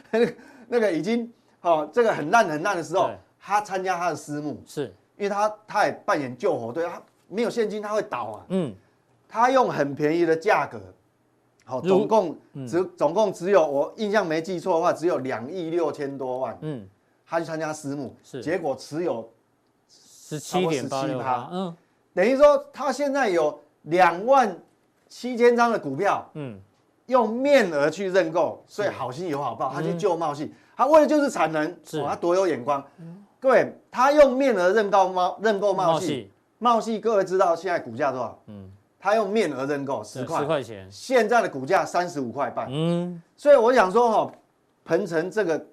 D: 那个那个已经哦，这个很烂很烂的时候
A: 对，
D: 他参加他的私募，
A: 是，
D: 因为他他也扮演救火队，他没有现金他会倒啊，
A: 嗯，
D: 他用很便宜的价格，好、
A: 如嗯
D: 总共只、总共只有我印象没记错的话，只有两亿六千多万，
A: 嗯，
D: 他去参加私募，
A: 是
D: 结果持有
A: 十七点八六
D: 17%
A: 嗯
D: 等于说他现在有两万七千张的股票，
A: 嗯，
D: 用面额去认购，所以好心有好报，他去救茂系，他为的就是产能，
A: 嗯是嗯
D: 哦他多有眼光。各位，他用面额认购茂认购茂系，茂系各位知道现在股价多少？嗯，他用面额认购十
A: 十
D: 块，
A: 块钱，
D: 现在的股价三十五块半，
A: 嗯，
D: 所以我想说哈、哦，鹏程这个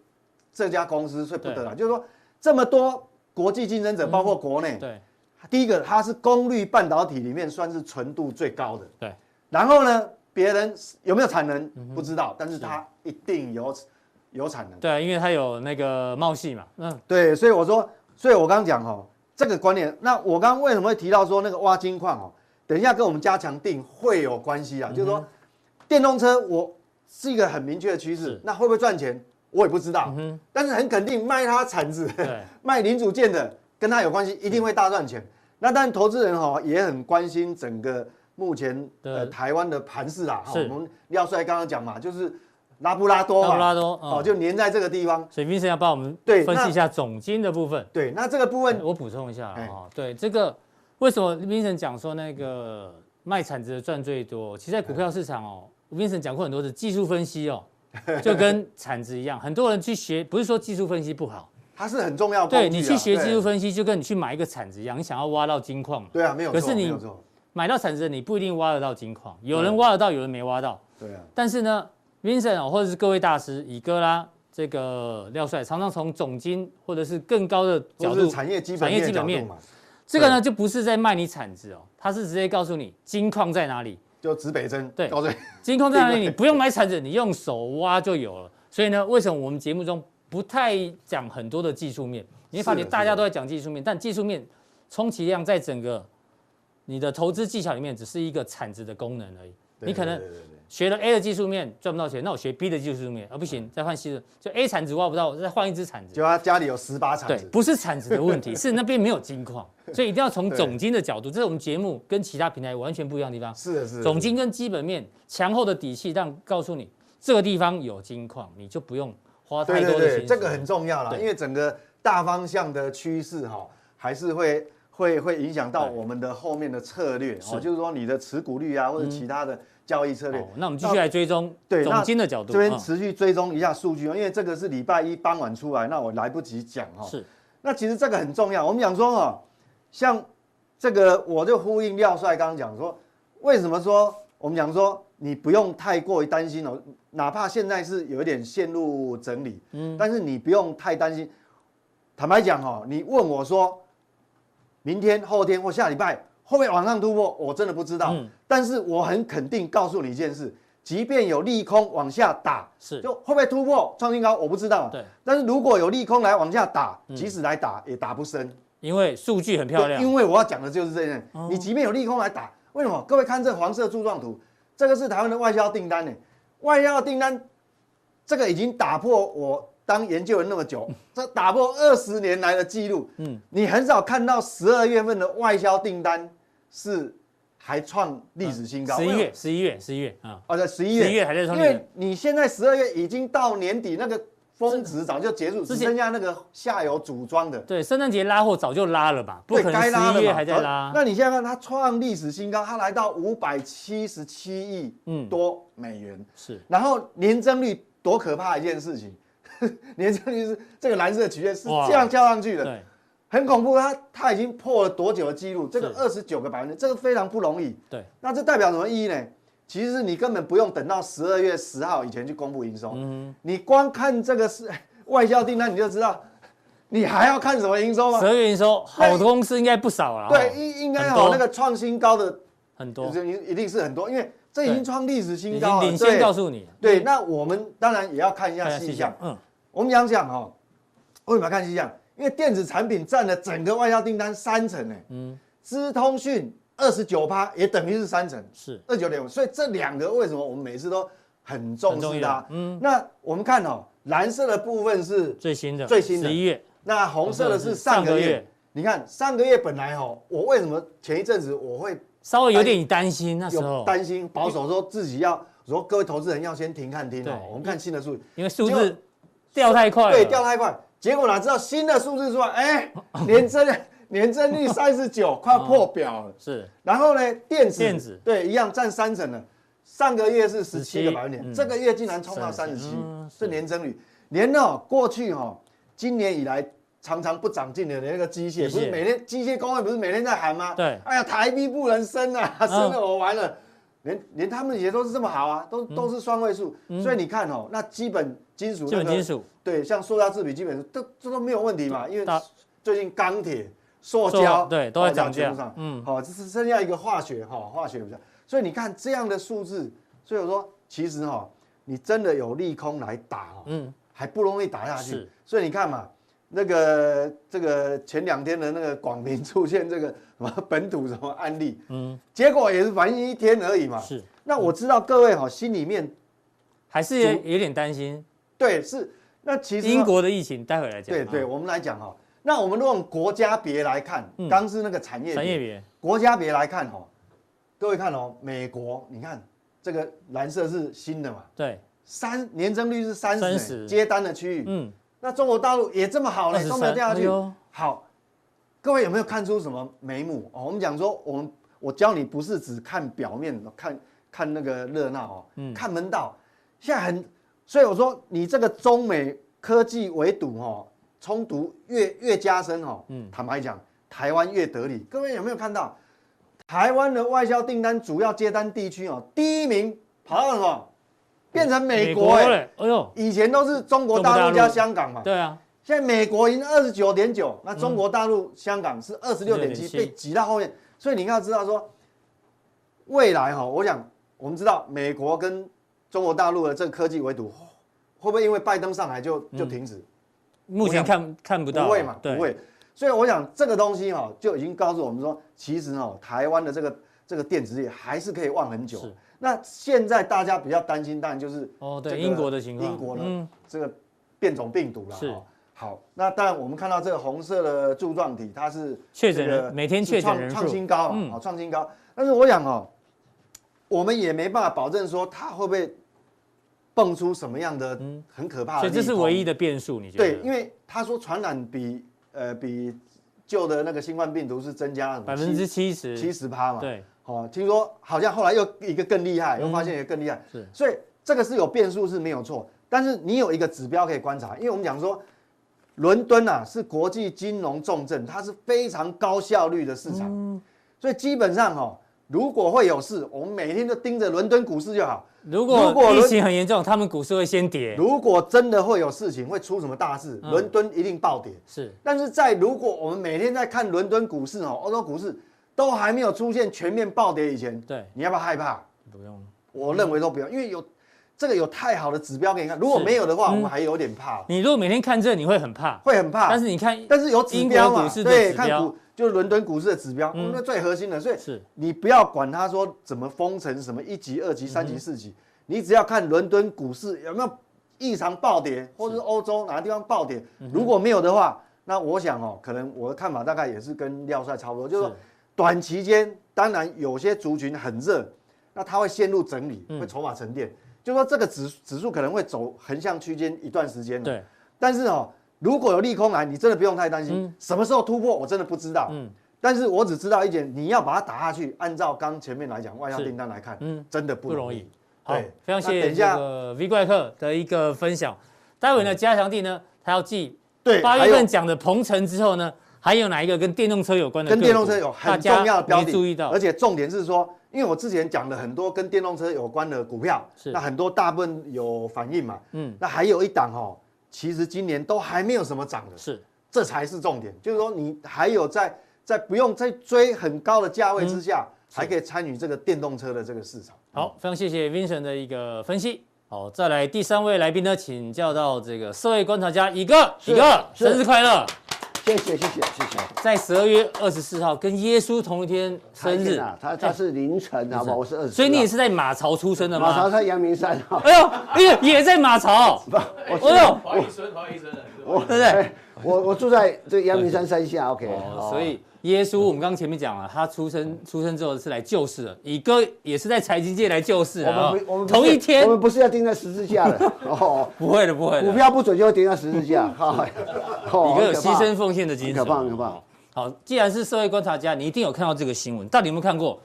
D: 这家公司最不得了，就是说这么多国际竞
A: 嗯
D: 争者，包括国内，
A: 对
D: 第一个它是功率半导体里面算是纯度最高的，
A: 对，嗯
D: 然后呢，别人有没有产能不知道，但是它一定有有产能。
A: 对，因为它有那个茂系嘛，嗯，
D: 对，所以我说，所以我刚刚讲哦，这个观念。那我刚刚为什么会提到说那个挖金矿哦？等一下跟我们加强定会有关系啊，
A: 嗯
D: 就是说电动车我是一个很明确的趋势
A: 是，嗯
D: 那会不会赚钱我也不知道，
A: 哼
D: 但是很肯定卖它铲子
A: 对、
D: 卖零组件的跟它有关系，一定会大赚钱。那但投资人哈、哦、也很关心整个目前
A: 对
D: 呃台湾的盘势啦，哈
A: 是
D: 我们廖帅刚刚讲嘛，就是拉布拉多啊
A: 拉布拉多嗯
D: 哦就粘在这个地方。
A: 所以 Vincent 要帮我们
D: 对
A: 分析
D: 那
A: 一下总金的部分。
D: 对，那这个部分
A: 我补充一下啊、
D: 哎
A: 哦，对这个为什么 Vincent 讲说那个卖产值的赚最多？其实，在股票市场哦，Vincent 讲过很多次，技术分析 哦，就跟产值一样，很多人去学，不是说技术分析不好，
D: 它是很重要的工
A: 对
D: 具啊。
A: 你去学技术
D: 对，
A: 分析，就跟你去买一个产值一样，你想要挖到金矿嘛，
D: 对啊，没有错。
A: 可是你
D: 没有错，
A: 买到产值你不一定挖得到金矿，有人挖得到，有人没挖到。
D: 对啊，
A: 但是呢，Vincent 哦，或者是各位大师乙哥啦，这个廖帅，常常从总金或者是更高的角
D: 就
A: 度
D: 是产业基本
A: 产业
D: 面
A: 基
D: 的
A: 本
D: 角
A: 面
D: 度嘛，
A: 这个呢就不是在卖你产值哦，它是直接告诉你金矿在哪里，
D: 就指北针，
A: 对
D: 告诉你
A: 金矿在哪里，你不用买产值，你用手挖就有了。所以呢，为什么我们节目中不太讲很多的技术面？你会发觉
D: 是的啊
A: 大家都在讲技术面，但技术面充其量在整个你的投资技巧里面只是一个产值的功能而已。
D: 对
A: 你可能
D: 对对对对
A: 学了 A 的技术面赚不到钱，那我学 B 的技术面啊不行，再换 C 的，就 A 产值挖不到，我再换一支产值
D: 嗯就。他家里有十把铲
A: 对，
D: 子，
A: 不是产值的问 题，是那边没有金矿，所以一定要从总金的角度，这是我们节目跟其他平台完全不一样的地方。
D: 是的是 的
A: 总金跟基本面强厚的底气，让告诉你这个地方有金矿，你就不用花啊太
D: 对对
A: 多的心
D: 对，
A: 思。哦
D: 这个很重要啦，
A: 对
D: 因为整个大方向的趋势哈，还是会会会影响到
A: 对
D: 我们的后面的策略
A: 是
D: 哦，就是说你的持股率啊，或者其他的交易策略
A: 好。那我们继续来追踪
D: 对，那
A: 总金的角度。
D: 这边
A: 嗯
D: 持续追踪一下数据哦，因为这个是礼拜一傍晚出来，那我来不及讲哈。
A: 是
D: 那其实这个很重要。我们讲说哦，像这个，我就呼应廖帅刚刚讲说，为什么说我们讲说你不用太过于担心哦，哪怕现在是有一点陷入整理，嗯，但是你不用太担心。坦白讲哦，你问我说，明天、后天或下礼拜会不会往上突破，我真的不知道。
A: 嗯
D: 但是我很肯定告诉你一件事，即便有利空往下打，
A: 是
D: 就会不会突破创新高，我不知道。啊
A: 对，
D: 但是如果有利空来往下打，即使来打、也打不深。
A: 因为数据很漂
D: 对
A: 亮，哦
D: 因为我要讲的就是这件，你即便有利空来打，为什么？各位看这黄色柱状图，这个是台湾的外销订单呢，外销订单这个已经打破我当研究员那么久，
A: 嗯
D: 这打破二十年来的记录。嗯，你很少看到十二月份的外销订单是还创历史新高，
A: 十一
D: 为什么
A: 月，十一月，十一月啊，
D: 哦，在十一月，
A: 11月还在创
D: 因
A: 历史
D: 为你现在十二月已经到年底，那个峰值早就结束，
A: 之
D: 只
A: 前
D: 剩下那个下游组装的，
A: 对，圣诞节拉货早就拉了吧，不
D: 对
A: 可能
D: 该拉
A: 十
D: 的
A: 一月
D: 嘛，
A: 还在
D: 好
A: 拉。
D: 那你现在看它创历史新高，它来到五百七十七亿
A: 嗯
D: 多美元，
A: 是
D: 然后年增率多可怕一件事情， 年增率是这个蓝色曲线是
A: 哇
D: 这样跳上去的，
A: 对
D: 很恐怖。它它已经破了多久的记录？这个
A: 是
D: 二十九个百分点，这个非常不容易。
A: 对，
D: 那这代表什么意义呢？其实你根本不用等到十二月十号以前去公布营收，
A: 嗯
D: 你光看这个是 外销订单你就知道，你还要看什么营收吗
A: 十？二月营收好
D: 那
A: 公司应该不少了，
D: 对，
A: 哦
D: 应应该
A: 很
D: 哦，
A: 多
D: 那个创新高的
A: 很多
D: 就，是一定是很多，因为这已经创历史
A: 已
D: 新高
A: 经
D: 了。
A: 领先嗯
D: 对
A: 告诉你，
D: 对，那我们当然也要看一
A: 大
D: 下
A: 家
D: 细
A: 细
D: 项
A: 想，。嗯，
D: 我们想想哦，为什么要看细项？因为电子产品占了整个外销订单三成呢。嗯，资通讯二十九趴也等于是三成，
A: 是
D: 二九点五。所以这两个为什么我们每次都很重视
A: 很重
D: 它
A: 要？嗯，
D: 那我们看哦，蓝色的部分是
A: 最新的，
D: 最新的
A: 十一月，
D: 那红色的是上
A: 上
D: 个
A: 个
D: 月
A: 月。
D: 你看上个月本来哦，我为什么前一阵子我会
A: 稍微有点担心那时
D: 有
A: 候，
D: 担心保守说自己要说各位投资人要先停看听
A: 对
D: 哦，我们看新的数据，
A: 因为数
D: 结果
A: 字掉太快了，哦
D: 对，掉太快，结果哪知道新的数字出来，哎，年增年增 率三十九，快破表了。
A: 是
D: 然后呢，电子
A: 哦电子
D: 对一样占三成了，上个月是十七个
A: 17
D: 百分点，
A: 嗯
D: 这个月竟然冲到三十七
A: 37嗯，
D: 这年增率，连哦过去哦，今年以来。常常不长进的那个机械，
A: 机械
D: 不是每天机械工会不是每天在喊吗？
A: 对嗯
D: 哎呀，台币不能升啊，升了我完了。连连他们也都是这么好啊，都都是双位数，所以你看哦，那基本金属
A: 嗯基
D: 那
A: 本
D: 个
A: 金属
D: 对，像塑料制品基本上都这都没有问题嘛，因为
A: 大
D: 最近钢铁、塑
A: 塑
D: 胶哦
A: 料对都在涨价
D: 嗯，好、这是剩下一个化学哈、化学比较，所以你看这样的数字，所以我说其实哈、你真的有利空来打哦，嗯，还不容易打下去
A: 是。
D: 所以你看嘛，那个这个前两天的那个广平出现这个什么 本土什么案例，嗯，结果也是反映一天而已嘛。
A: 是，
D: 那我知道各位哈、心里面
A: 还是有有点担心
D: 对是。那其实哦
A: 英国的疫情，待会来讲，
D: 对对，
A: 啊，
D: 我们来讲哈，那我们如果用国家别来看，刚是那个产业
A: 嗯产业
D: 别，
A: 别
D: 国家别来看哈，各位看哦，美国你看这个蓝色是新的嘛，
A: 对，
D: 三年增率是三十，
A: 30
D: 接单的区域，
A: 嗯，
D: 那中国大陆也这么好嘞，
A: 23
D: 都没有掉下
A: 哎
D: 去
A: 呦。
D: 好，各位有没有看出什么眉目？哦，我们讲说，我们我教你不是只看表面，看看那个热闹哦，看门道。现在很，所以我说你这个中美科技围堵哦，冲突越越加深哦。坦白讲，台湾越得利。各位有没有看到，台湾的外销订单主要接单地区哦，第一名跑到什么？变成美国哎、
A: 嘞，哎呦，
D: 以前都是中国大陆加香港嘛，
A: 对啊，
D: 现在美国已经二十九点九，那中国大陆、香港是嗯二十六点七，
A: 26.7
D: 被挤到后面。所以你要知道说，未来哈、我想我们知道美国跟中国大陆的这个科技围堵，会不会因为拜登上来就就停止？
A: 目前
D: 我想
A: 看看不到，啊
D: 不会嘛，
A: 对
D: 不会。所以我想这个东西哈、就已经告诉我们说，其实哦，台湾的这个这个电子业还是可以旺很久
A: 是。
D: 那现在大家比较担心，当然就是
A: 哦对
D: 这个
A: 英国的情况
D: 英国的
A: 嗯
D: 这个变种病毒了。
A: 是
D: 哦好，那当然我们看到这个红色的柱状体，它是
A: 确诊人
D: 这个
A: 每天
D: 是
A: 确诊
D: 创
A: 人数
D: 创新高啊，
A: 嗯
D: 好创新高。但是我想哦，我们也没办法保证说它会不会蹦出什么样的很可怕的
A: 嗯所以
D: 啊利空。
A: 这是唯一的变数，你觉得？
D: 对，因为他说传染比呃比旧的那个新冠病毒是增加了
A: 百分之七十，
D: 七十趴嘛。，
A: 对，
D: 哦，听说好像后来又一个更厉害，又发现一个更厉害，
A: 是
D: 所以这个是有变数是没有错，但是你有一个指标可以观察，因为我们讲说伦敦啊是国际金融重镇，它是非常高效率的市场，
A: 嗯
D: 所以基本上哈、哦，如果会有事，我们每天都盯着伦敦股市就好。
A: 如
D: 如果
A: 果疫
D: 伦
A: 情很严重，他们股市会先跌，
D: 如果真的会有事情，会出什么大事，
A: 嗯
D: 伦敦一定暴跌。
A: 是
D: 但是在如果我们每天在看伦敦股市哦，欧洲股市都还没有出现全面暴跌以前，
A: 对
D: 你要不要害怕？
A: 不用。
D: 我认为都不要，因为有这个有太好的指标给你看。如果
A: 是
D: 没有的话，
A: 嗯
D: 我们还有点怕，
A: 你如果每天看这，你会很怕，
D: 会很怕。
A: 但是你看，
D: 但是有指
A: 英
D: 标
A: 国
D: 嘛
A: 股？市的
D: 对，
A: 指
D: 看
A: 标
D: 股就是伦敦股市的指标，
A: 嗯
D: 那最核心的。所以
A: 是
D: 你不要管它说怎么封城，什么一级、二级、
A: 嗯
D: 三级、四级，你只要看伦敦股市有没有异常暴跌，或者是欧洲哪个地方暴跌，
A: 嗯
D: 如果没有的话，那我想哦，可能我的看法大概也是跟廖帅差不多，就是说
A: 是
D: 短期间，当然有些族群很热，那它会陷入整理，
A: 嗯
D: 会筹码沉淀，就说这个指指数可能会走横向区间一段时间哦。
A: 对，
D: 但是哦，如果有利空来，你真的不用太担心。
A: 嗯
D: 什么时候突破，我真的不知道。
A: 嗯
D: 但是我只知道一点，你要把它打下去，按照刚前面来讲，外销
A: 是
D: 订单来看，
A: 嗯，
D: 真的不
A: 不容
D: 容
A: 易
D: 易。。
A: 好
D: 对，
A: 非常谢
D: 那
A: 谢
D: 等一
A: 这
D: 下
A: 个 V 怪客的一个分享。待会呢，加强地呢，他要记
D: 对，
A: 八
D: 还
A: 月
D: 有
A: 份讲的鹏程之后呢，还有哪一个跟电动车有关的个
D: 跟
A: 股？
D: 电动车有很重要的标
A: 大家没
D: 的，
A: 注意到
D: 而，且重点是说，因为我之前讲了很多跟电动车有关的股票，
A: 是
D: 那很多大部分有反应嘛。
A: 嗯，
D: 那还有一档哦，其实今年都还没有什么涨的，
A: 是
D: 这才是重点，就是说你还有在在不用再追很高的价位之
A: 嗯
D: 下，还可以参与这个电动车的这个市场。
A: 好，非常谢谢 Vincent 的一个分析。好，再来第三位来宾呢，请教到这个社会观察家一个
E: 是
A: 一个
E: 是
A: 生日快乐，
E: 谢谢谢谢谢谢。
A: 在十二月二十四号跟耶稣同一天生日，哎
E: 啊，他他是凌晨，好吧，我是二十。
A: 所以你也是在马槽出生的
E: 马槽
A: 吗？
E: 在阳明山啊哈。
A: 哎呦，哎呦，也在马 槽，
E: 我
A: 哎呦，
B: 怀疑孙，怀疑孙，
E: 我
A: 对不对？
E: 我我住在这阳明山山下，OK。
A: 哦，所以耶稣，我们刚刚前面讲了，他出生出生之后是来救世的，以哥也是在财经界来救世的
E: 我
A: 啊。
E: 们不我们不是
A: 同一天
E: 我，们不是要盯在十字 架的哦。
A: 不会的，不会的。
E: 股票不准就盯在十 字架，哈。
A: 以
E: 哦
A: 哥有牺牲
E: 很可
A: 奉献的精神，
E: 很可怕很可怕
A: 好，既然是社会观察家，你一定有看到这个新闻，到底有没有看过？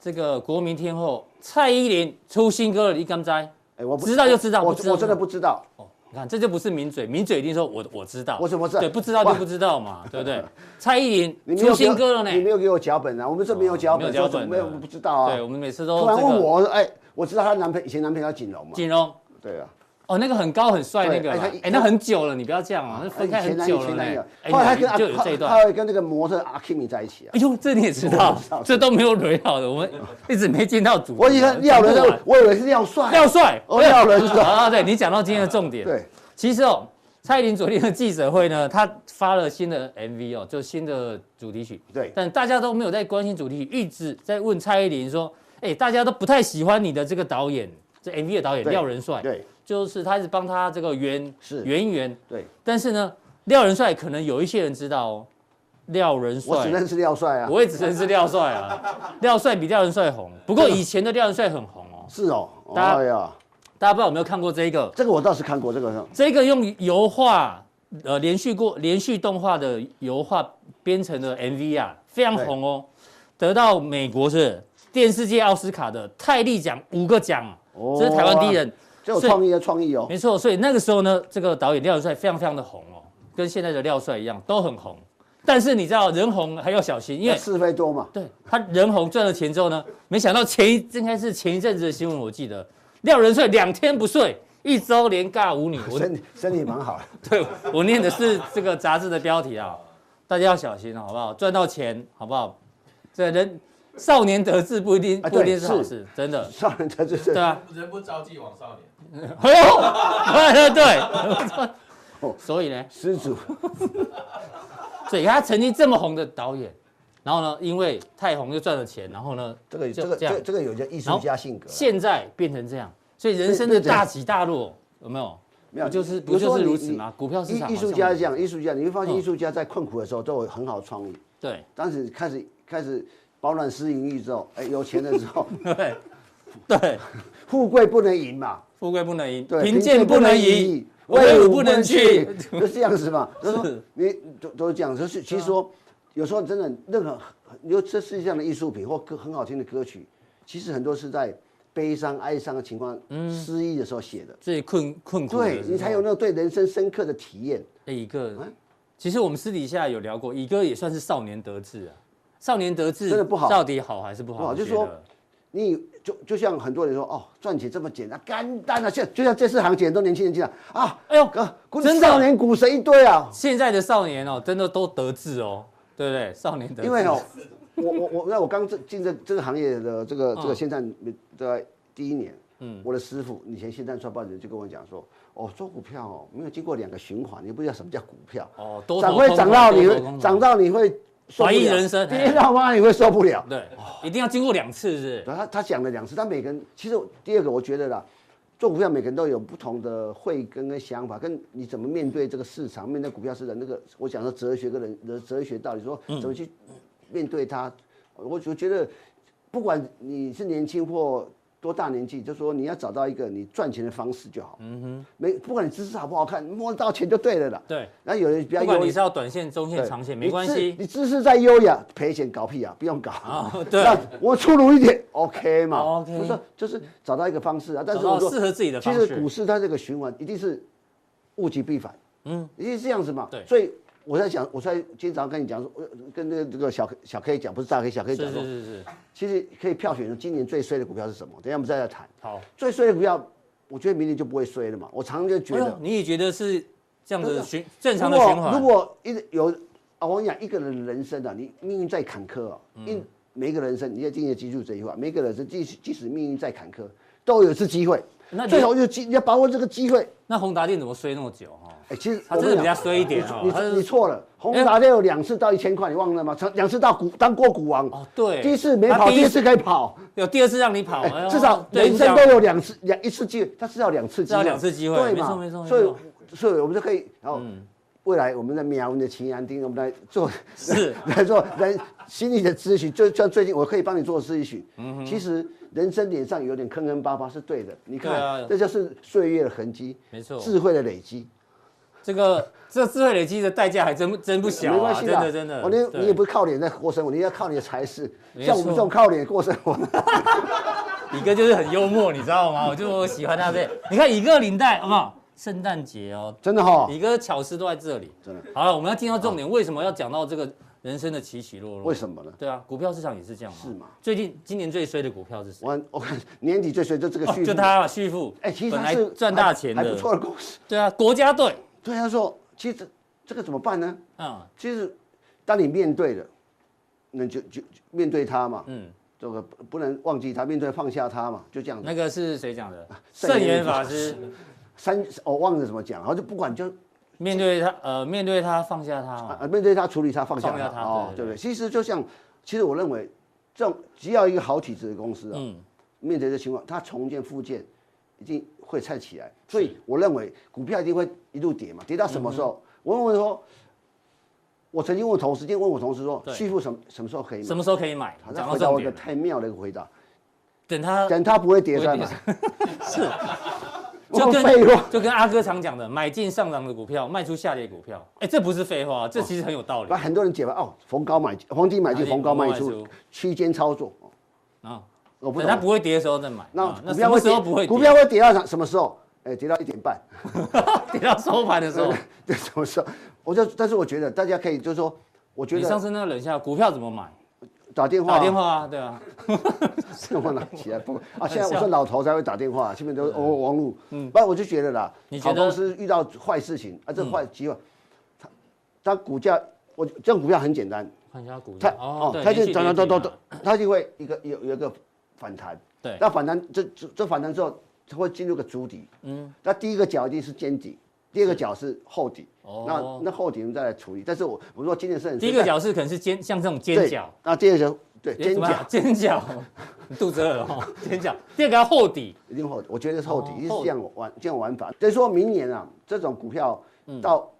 A: 这个国民天后蔡依林出新歌了，你敢摘？
E: 怕哎，我不
A: 知道就知道
E: 我
A: 不知道
E: 我真的不知道。
A: 哦，你看这就不是名嘴，名嘴一定说我我知道，
E: 我怎么知道
A: 对，不知道就不知道 嘛，对不对？蔡依
E: 你
A: 林
E: 没有
A: 出
E: 给我
A: 新歌了呢，哦
E: 你没有给我脚本啊？我们这没有脚
A: 没
E: 本，
A: 有脚
E: 说
A: 本
E: 没有
A: 对
E: 不知道啊。
A: 对，我们每次都
E: 突然
A: 这个
E: 问我，我说哎，我知道她男朋以前男朋友叫景龙嘛？
A: 锦荣。
E: 对啊，
A: 哦，那个很高很帅那个
E: 对哎
A: 啦
E: 他，哎
A: 哎，那很久了，你不要这样啊，那分开很久了
E: 前男友
A: 呢。哎，
E: 后来他跟
A: 你就有
E: 阿
A: 这一
E: 后
A: 段。
E: 来跟那个模特阿 Kimi 在一起啊。
A: 哎呦，这你也知道
E: 知道，
A: 这都没有蕊好的，我们一直没进到主题。啊
E: 我以为廖
A: 讲不完
E: 伦，我以为是廖帅，
A: 廖帅，
E: 哦廖伦是吧
A: 啊，对你讲到今天的重点。，
E: 对，
A: 其实哦，蔡依林昨天的记者会呢， 她发了新的 MV 哦，就新的主题曲。
E: 对
A: 但大家都没有在关心主题曲，一直在问蔡依林说：“哎，大家都不太喜欢你的这个导演，这 MV 的导演
E: 对
A: 廖仁帅。”
E: 对
A: 就是他是帮他这个圆
E: 是
A: 圆一圆，
E: 对，
A: 但是呢，廖仁帅可能有一些人知道哦，廖仁帅，
E: 我只认识廖帅啊。
A: 我也只认识廖帅啊，廖帅比廖仁帅红，不过以前的廖仁帅很红哦，
E: 是哦，
A: 大家
E: 哎呀，
A: 大家不知道有没有看过这个？
E: 这个我倒是看过，这个
A: 这个用油画呃连续过连续动画的油画编成的 MV 啊，非常红哦，得到美国是电视界奥斯卡的泰利奖五个奖啊，
E: 哦
A: 这是台湾第一人。
E: 这有创意的创意哦。
A: 没错，所以那个时候呢，这个导演廖帅非常非常的红哦，跟现在的廖帅一样都很红。但是你知道人红还要小心，因为
E: 是非多嘛，
A: 对他人红赚了钱之后呢，没想到前一应该是前一阵子的新闻，我记得廖仁帅两天不睡，一周连尬舞女。我
E: 身体身体蛮好的。
A: 对我念的是这个杂志的标题啊，大家要小心哦，好不好？赚到钱好不好？这人少年得志不一定
E: 啊
A: 不一定
E: 对
A: 是好
E: 是
A: 事，真的。
E: 上人他就是
A: 对 啊，
F: 人不着急往少年。
A: 哎呦，对 对
E: 哦
A: 对，所以呢，
E: 失 主，
A: 所以他曾经这么红的导演，然后呢，因为太红就赚了钱，然后呢，
E: 这个
A: 就
E: 这个
A: 这样
E: 这这个有叫艺术家性格啊，
A: 现在变成这样，所以人生的大起大落有没有？
E: 没有
A: 不就是
E: 比如
A: 不就
E: 说
A: 是
E: 你
A: 如此
E: 你
A: 吗？股票市场
E: 艺艺术
A: 好像
E: 家是这样，艺术家你会发现
A: 嗯
E: 艺术家在困苦的时候都有很好的创意，
A: 对
E: 当时开始开始饱暖思淫欲之后，哎，有钱的时候
A: 对对，
E: 富贵不能淫嘛，
A: 富贵不能淫，
E: 对，
A: 贫贱不能移，威武不能屈。，
E: 就是这样子嘛。就是说
A: 是
E: 你都都讲，就是其实说，有时候真的任何，你说这世界上的艺术品或歌很好听的歌曲，其实很多是在悲伤、哀伤的情况、失意的时候写的，
A: 最困困嗯苦的哦时
E: 对
A: 候，
E: 你才有那嗯种对人生深刻的体验。
A: 哎，乙哥，其实我们私底下有聊过，乙哥也算是少年得志啊。少年得志
E: 真的不好
A: 到底好还是不好？
E: 不好
A: 你觉
E: 就是说
A: 得
E: 你就就像很多人说哦，赚钱这么简单，干单啊！现就像这次行情，很多年轻人进来啊，
A: 哎呦
E: 啊股
A: 真的
E: 少年股神一堆啊！
A: 现在的少年哦，真的都得志哦，对不对？少年得志，
E: 因为哦，我我我那我刚进进这这个行业的这个这个
A: 嗯
E: 现在的第一年，嗯，我的师傅以前现在创办人就跟我讲说，哦，做股票哦，没有经过两个循环，你不知道什么叫股票，
A: 哦，多头
E: 涨会
A: 空头
E: 涨到你
A: 多头空
E: 会
A: 头
E: 涨到你会受不
A: 怀疑
E: 了
A: 人生
E: 跌到妈你会受不了。
A: 对，一定要经过两次是不
E: 然后他他讲了两次，他每个人其实我第二个我觉得啦，做股票每个人都有不同的慧根跟想法，跟你怎么面对这个市场，面对股票市场那个，我讲的哲学跟人的哲学道理，说
A: 嗯
E: 怎么去面对它，我我觉得不管你是年轻或多大年纪，就说你要找到一个你赚钱的方式就好。嗯哼，没不管你姿势好不好看，摸得到钱就对了啦。
A: 对，
E: 然后有人比较
A: 不管
E: 优
A: 你
E: 雅
A: 是要短线、中线、
E: 对
A: 长线，
E: 你
A: 没关
E: 姿
A: 系
E: 你。姿势再优雅，赔钱搞屁啊，不用搞。
A: 哦对
E: 那我粗鲁一点，OK 嘛
A: OK
E: 不是，就是找到一个方式啊。但是
A: 找到
E: 我说
A: 适合自己的方式
E: 其实股市它这个循环一定是物极必反，嗯，一定是这样子嘛。
A: 对
E: 所以我在想，我在今天早上跟你讲说，我跟那个这个小小 K 讲，不是大 K 小 K
A: 是
E: 讲
A: 是
E: 说，
A: 是是，
E: 其实可以票选出今年最衰的股票是什么。等一下我们再来谈。
A: 好。
E: 最衰的股票，我觉得明年就不会衰了嘛。我常常就觉
A: 哎
E: 得
A: 呦，，你也觉得是这样
E: 真
A: 的
E: 的
A: 循正常
E: 如
A: 的
E: 果
A: 循环？
E: 如果一直有啊，我跟你讲，一个人的人生啊，你命运再坎坷啊，
A: 嗯
E: 一每一个人生，你要今天记住这句话，每一个人生，即使即使命运再坎坷，都有一次机会
A: 那。你
E: 最好就是机，你要把握这个机会。
A: 那宏达电怎么衰那么久哈？
E: 哎，其实
A: 他
E: 我
A: 真的
E: 跟你
A: 比
E: 讲
A: 较衰一点哦
E: 你
A: 他是
E: 你错了，宏达电有两次到一千块，你忘了吗？曾两次到股当过股王。
A: 哦对
E: 第一次没
A: 他
E: 跑，
A: 第一
E: 第二次可以跑。
A: 有第二次让你跑，哎
E: 哎
A: 呦
E: 至少
A: 对
E: 人生
A: 你
E: 都
A: 讲
E: 有两次两一次机会，他至少两次机
A: 至少
E: 会，
A: 两次机会
E: 对
A: 没错
E: 嘛？
A: 没错没
E: 所
A: 错嗯
E: 以所以我们就可以，然后未来我们在苗文的秦安町，我们来做
A: 是
E: 来做人心理的咨询，就像最近我可以帮你做咨询。
A: 嗯
E: 其实人生脸上有点坑坑巴巴是对的，你
A: 对
E: 看
A: 啊
E: 这就是岁月的痕迹，
A: 没错
E: 智慧的累积，
A: 这个这智慧累积的代价还真不真不小
E: 没关
A: 啊，
E: 系
A: 真
E: 啦
A: 的真的。
E: 我那
A: 对
E: 你也不是靠脸在过生活，你要靠你的才识，
A: 没
E: 像我们
A: 错
E: 这种靠脸过生活。
A: 乙哥就是很幽默，你知道吗？我就我喜欢他 这，你看乙哥领带好不好？圣诞节哦，
E: 真的哈
A: 乙哥巧思都在这里。
E: 真的
A: 好了，我们要进到重点，为什么要讲到这个人生的起起落落？
E: 为什么呢
A: 对啊，股票市场也是这样嘛。
E: 是吗？
A: 最近今年最衰的股票是谁？
E: 我我看年底最衰就这个
A: 哦
E: 续付
A: 就他啊旭富。
E: 哎，其实
A: 本
E: 他
A: 来
E: 是
A: 赚大钱
E: 还还不错
A: 的。
E: 的公司。
A: 对啊，国家队。
E: 对他说，其实这这个怎么办呢？
A: 啊，
E: 其实当你面对了，那就就就面对他嘛，
A: 嗯，
E: 这个不不能忘记他，面对放下他嘛，就这样
A: 那
E: 子。
A: 个是谁讲的？
E: 嗯圣严
A: 圣严法师
E: 三我、忘了怎么讲，然后就不管就
A: 面对他，呃，面对他放下他
E: 啊
A: 哦。
E: 啊面对他处理他放下
A: 放
E: 他
A: 下他
E: 哦，
A: 对
E: 对
A: 对
E: 不对？其实就像，其实我认为，这种只要一个好体质的公司啊，
A: 嗯
E: 面对这情况，它重建复建一定会再起来。所以我认为股票一定会一路跌嘛，跌到什么时
A: 嗯
E: 候？我问我说，我曾经问同事，今天问我同事说，
A: 对
E: 续付什么什么时候可以买？
A: 什么时候可以买？
E: 好，他
A: 讲到
E: 回答
A: 重
E: 我一个哦
A: 点了。
E: 太妙的一个回答，
A: 等他
E: 等它不会跌再买。
A: 是，
E: 我废话
A: 就跟阿哥常讲的，买进上涨的股票，卖出下跌股票。哎，这不是废话，这其实很有道理
E: 把哦很多人解释哦，逢高买进，黄金买
A: 哪
E: 进，
A: 里
E: 逢高卖
A: 逢高卖
E: 出
A: 出，
E: 区间操作。哦
A: 啊。
E: 我不
A: 等
E: 懂
A: 它。不会跌的时候再买。
E: 那
A: 啊那
E: 股
A: 什
E: 票
A: 么
E: 会
A: 时
E: 跌
A: 候不会跌？
E: 股票会跌到什么时候？哎，跌到一点半，
A: 跌到收盘的时候。
E: 对，什么时候？我就，但是我觉得大家可以就是说，我 觉
A: 你上
E: 得
A: 次那个冷笑，股票怎么买？
E: 打电话，
A: 打电话啊，对啊，
E: 电话拿起 来不啊！现在我说老头才会打电话，前面都是哦王路，嗯，不然我就觉得啦
A: 你，觉
E: 好
A: 得嗯
E: 公司遇到坏事情啊，这坏机会，它它股价，我这种股票很简单，
A: 看一下股
E: 它
A: 票。
E: 哦，
A: 对
E: 它就
A: 连续
E: 涨
A: 跌
E: 涨
A: 停
E: 涨
A: 嘛
E: 涨涨，它就会一个有有一个反弹，
A: 对
E: 那反弹这这这反弹之后，它会进入个主底，嗯，那第一个脚一定是尖底，第二个脚是后底，
A: 哦
E: 那那后底我们再来处理，但是我我说今年是很
A: 第一个角是可能是尖，像这种尖
E: 对
A: 角。
E: 那第二个对
A: 诶
E: 尖
A: 怎么样
E: 角。
A: 尖角， 你肚子饿了哦， 尖角。第二个要厚底，
E: 一定厚，我觉得是厚底
A: 哦，
E: 一定
A: 厚底嗯
E: 是这样玩这样玩法。所以说明年啊，这种股票到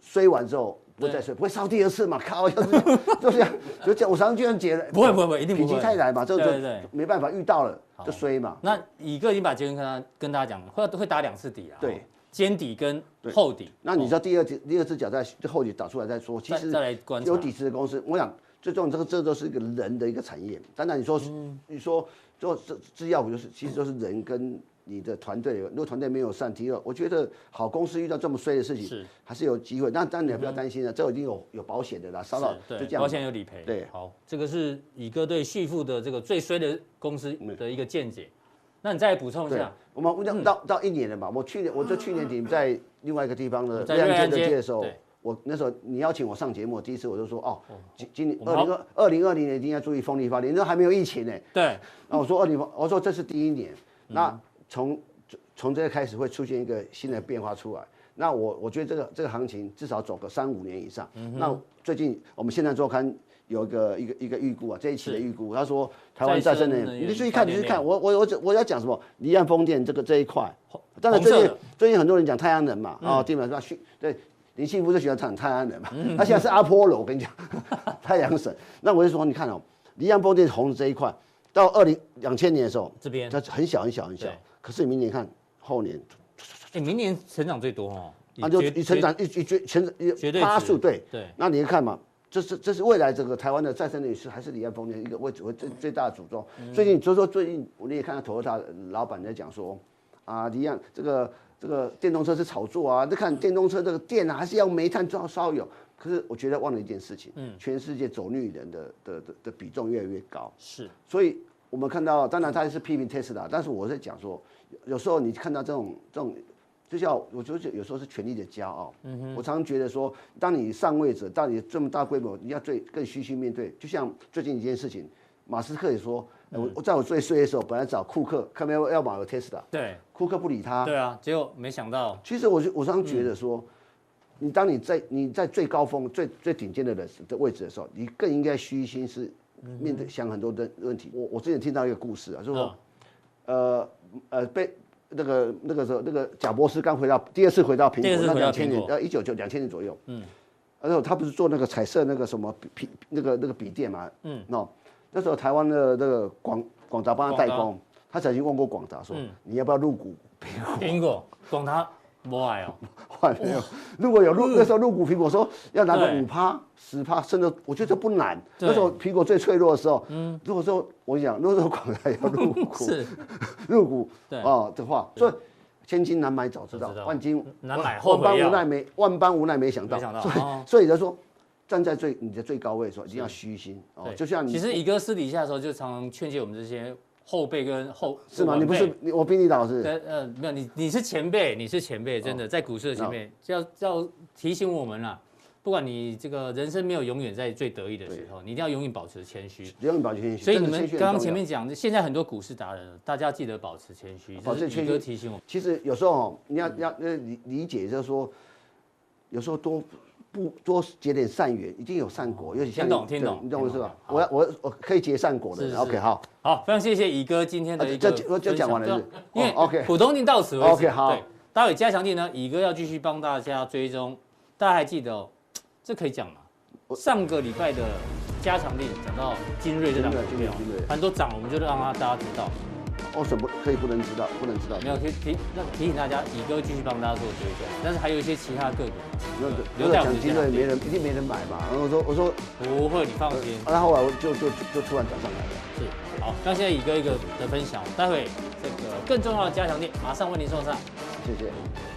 E: 衰完之后不会再衰，不会烧第二次嘛？ 靠，要是这样就这样，就这样，我常常就这样解了。
A: 不会不会不会一定不
E: 否
A: 会
E: 极泰来嘛，这
A: 对
E: 个
A: 对对
E: 就没办法遇到了就衰嘛。
A: 那乙哥已经把结论跟他跟大家讲了，会会打两次底啊，
E: 对
A: 哦，尖底跟
E: 对
A: 厚底。
E: 那你知道第二只第二只脚在后底打出来再说，其
A: 再
E: 实
A: 再来观察
E: 有底子的公司，我想最重要，这个这都是一个人的一个产业。当然，你说、
A: 嗯
E: 你说做制制药股就是，其实就是人跟你的团队，如果团队没有善提了，我觉得好公司遇到这么衰的事情，
A: 是嗯
E: 还是有机会。那当然你也不要担心了，啊这已经有有保险的啦，烧到
A: 是
E: 就
A: 对，
E: 这样。
A: 保险有理赔。
E: 对
A: 好，这个是乙哥对旭富的这个最衰的公司的一个见解。那你再补充一
E: 对
A: 下，，嗯
E: 我们到到到一年了嘛，我去年我就去年底在另外一个地方的
A: 在
E: 瑞
A: 瑞
E: 安
A: 安
E: 街
A: 街
E: 的街的时候
A: 对，
E: 我那时候你邀请我上节目，第一次我就说哦，今今年
A: 我
E: 二
A: 们好
E: 零二二零二零年一定要注意风力发电，那还没有疫情呢。
A: 对，
E: 那我说二零八，我说这是第一年，那从从这个开始会出现一个新的变化出来。那我我觉得这个这个行情至少走个三五年以上。
A: 嗯
E: 那最近我们现在周刊有一个一个一个预估啊，这一期的预估，他说台湾再生能
A: 再生能
E: 源，
A: 源
E: 你去看你去
A: 发电
E: 看，
A: 量
E: 我我我只我要讲什么？离岸风电这个这一块，当然
A: 红色
E: 最近
A: 的
E: 最近很多人讲太阳
A: 嗯
E: 能嘛，哦，地板上去对。林信福就喜欢讲太阳能嘛，
A: 嗯
E: 他现在是阿波罗，我跟你讲， 太阳神。那我就说，你看哦，离岸风电红的这一块，到二零两千年的时候，
A: 这边
E: 它很小很小很小
A: 对，
E: 可是你明年看后年，
A: 哎，明年成长最多哦，
E: 它啊就
A: 绝
E: 一成长一一绝全一
A: 绝对值
E: 趴数对
A: 对
E: 那你看嘛，这是这是未来这个台湾的再生能源是还是离岸风电一个为主为最最大的主张。最近就说最近我也看到 Toyota 的老板在讲说，啊离岸这个这个电动车是炒作啊，这看电动车这个电啊还是要煤炭烧烧油。可是我觉得忘了一件事情，全世界走绿人的的的的比重越来越高，
A: 是
E: 所以我们看到，当然他是批评 Tesla，但是我在讲说，有有时候你看到这种这种，就像我觉得有时候是权力的骄傲。嗯哼，我常常觉得说，当你上位者，当你这么大规模，你要最更虚心面对。就像最近一件事情，马斯克也说，呃我、我在我最衰的时候，本来找库克，看没有要买有 Tesla，
A: 对
E: 库克不理他，
A: 对啊，结果没想到
E: 其实我就我常常觉得说，你当你在你在最高峰、最最顶尖的人的位置的时候，你更应该虚心是面对想很多的问题。我我之前听到一个故事啊，就是说，呃呃被。那个那个时候，那个贾博士刚回到第二次回到苹
A: 第二
E: 果，
A: 次
E: 那
A: 回到
E: 两千
A: 苹
E: 年
A: 果
E: 呃一九九两千年左右，嗯，然后他不是做那个彩色那个什么笔笔那个那个笔电嘛，嗯，那那时候台湾的那个广广达帮他代
A: 广嗯
E: 工，他曾经问过广达说，你要不要入股苹果？
A: 苹果广达不爱哦，
E: 换没有。如果有入那时候入股苹果说要拿个
A: 对
E: 五趴、十趴，甚至我觉得这不难。
A: 对嗯
E: 那时候苹果最脆弱的时候，如果说我跟你讲，如果说广大要入股
A: 是
E: 入股
A: 对
E: 哦的话，所以千金难买早知道
A: 早知，道
E: 万金
A: 难买后
E: 万
A: 悔药啊
E: 般无奈没万般无奈没想到，
A: 没想到
E: 所
A: 哦
E: 以所以就说站在最你的最高位的时候，一定要虚心哦
A: 对，，
E: 就像你
A: 其实乙哥私底下的时候就常常劝诫我们这些后辈跟后
E: 是吗？你不
A: 晚辈
E: 是你我比你老是不哦是
A: 呃呃，没有你，你是前辈，你是前辈，真的在股市的前辈，要要提醒我们啦、不管你这个人生没有永远在最得意的时候，你一定要永远保持谦虚。
E: 不用保持谦虚，
A: 所以
E: 真
A: 你
E: 的
A: 们
E: 谦虚很
A: 刚刚
E: 重要
A: 前面讲，现在很多股市达人，大家记得保持谦虚，
E: 保持
A: 这是
E: 谦
A: 宇
E: 虚
A: 哥提醒我们。
E: 其实有时候哦，你
A: 嗯
E: 要要呃理理解，就是说，有时候多不多结点善缘，一定有善果。尤其像
A: 哦听懂
E: 你
A: 听
E: 对
A: 懂
E: 你懂我
A: 听
E: 是
A: 懂
E: 吧？我要我我可以结善果的
A: 是
E: 人。
A: 是
E: OK，好，
A: 好，非常谢谢乙哥今天的一个
E: 啊这这这讲完了是
A: 分享对因为
E: 哦，OK
A: 普通定到此为止。
E: OK，好
A: 对，待会加强定呢，乙哥要继续帮大家追踪，大家还记得哦，这可以讲吗？上个礼拜的加强定讲到精锐这档股
E: 精锐
A: 票
E: 精锐精锐，
A: 很多涨我们就让它大家知道，
E: 哦，什么可以不能知道，不能知道
A: 没。有提提让提醒大家，乙哥继续帮大家做追踪，但是还有一些其他个股，
E: 那个
A: 留
E: 那个
A: 在我
E: 奖
A: 们
E: 金
A: 这
E: 对
A: 里
E: 没人，一定没人买吧？然后我说我说，
A: 不会，你放心。
E: 然后后来我就就就就突然涨上来了。
A: 是，好，那现在一个一个的分享，待会这个更重要的加强店马上为您送上。
E: 谢谢。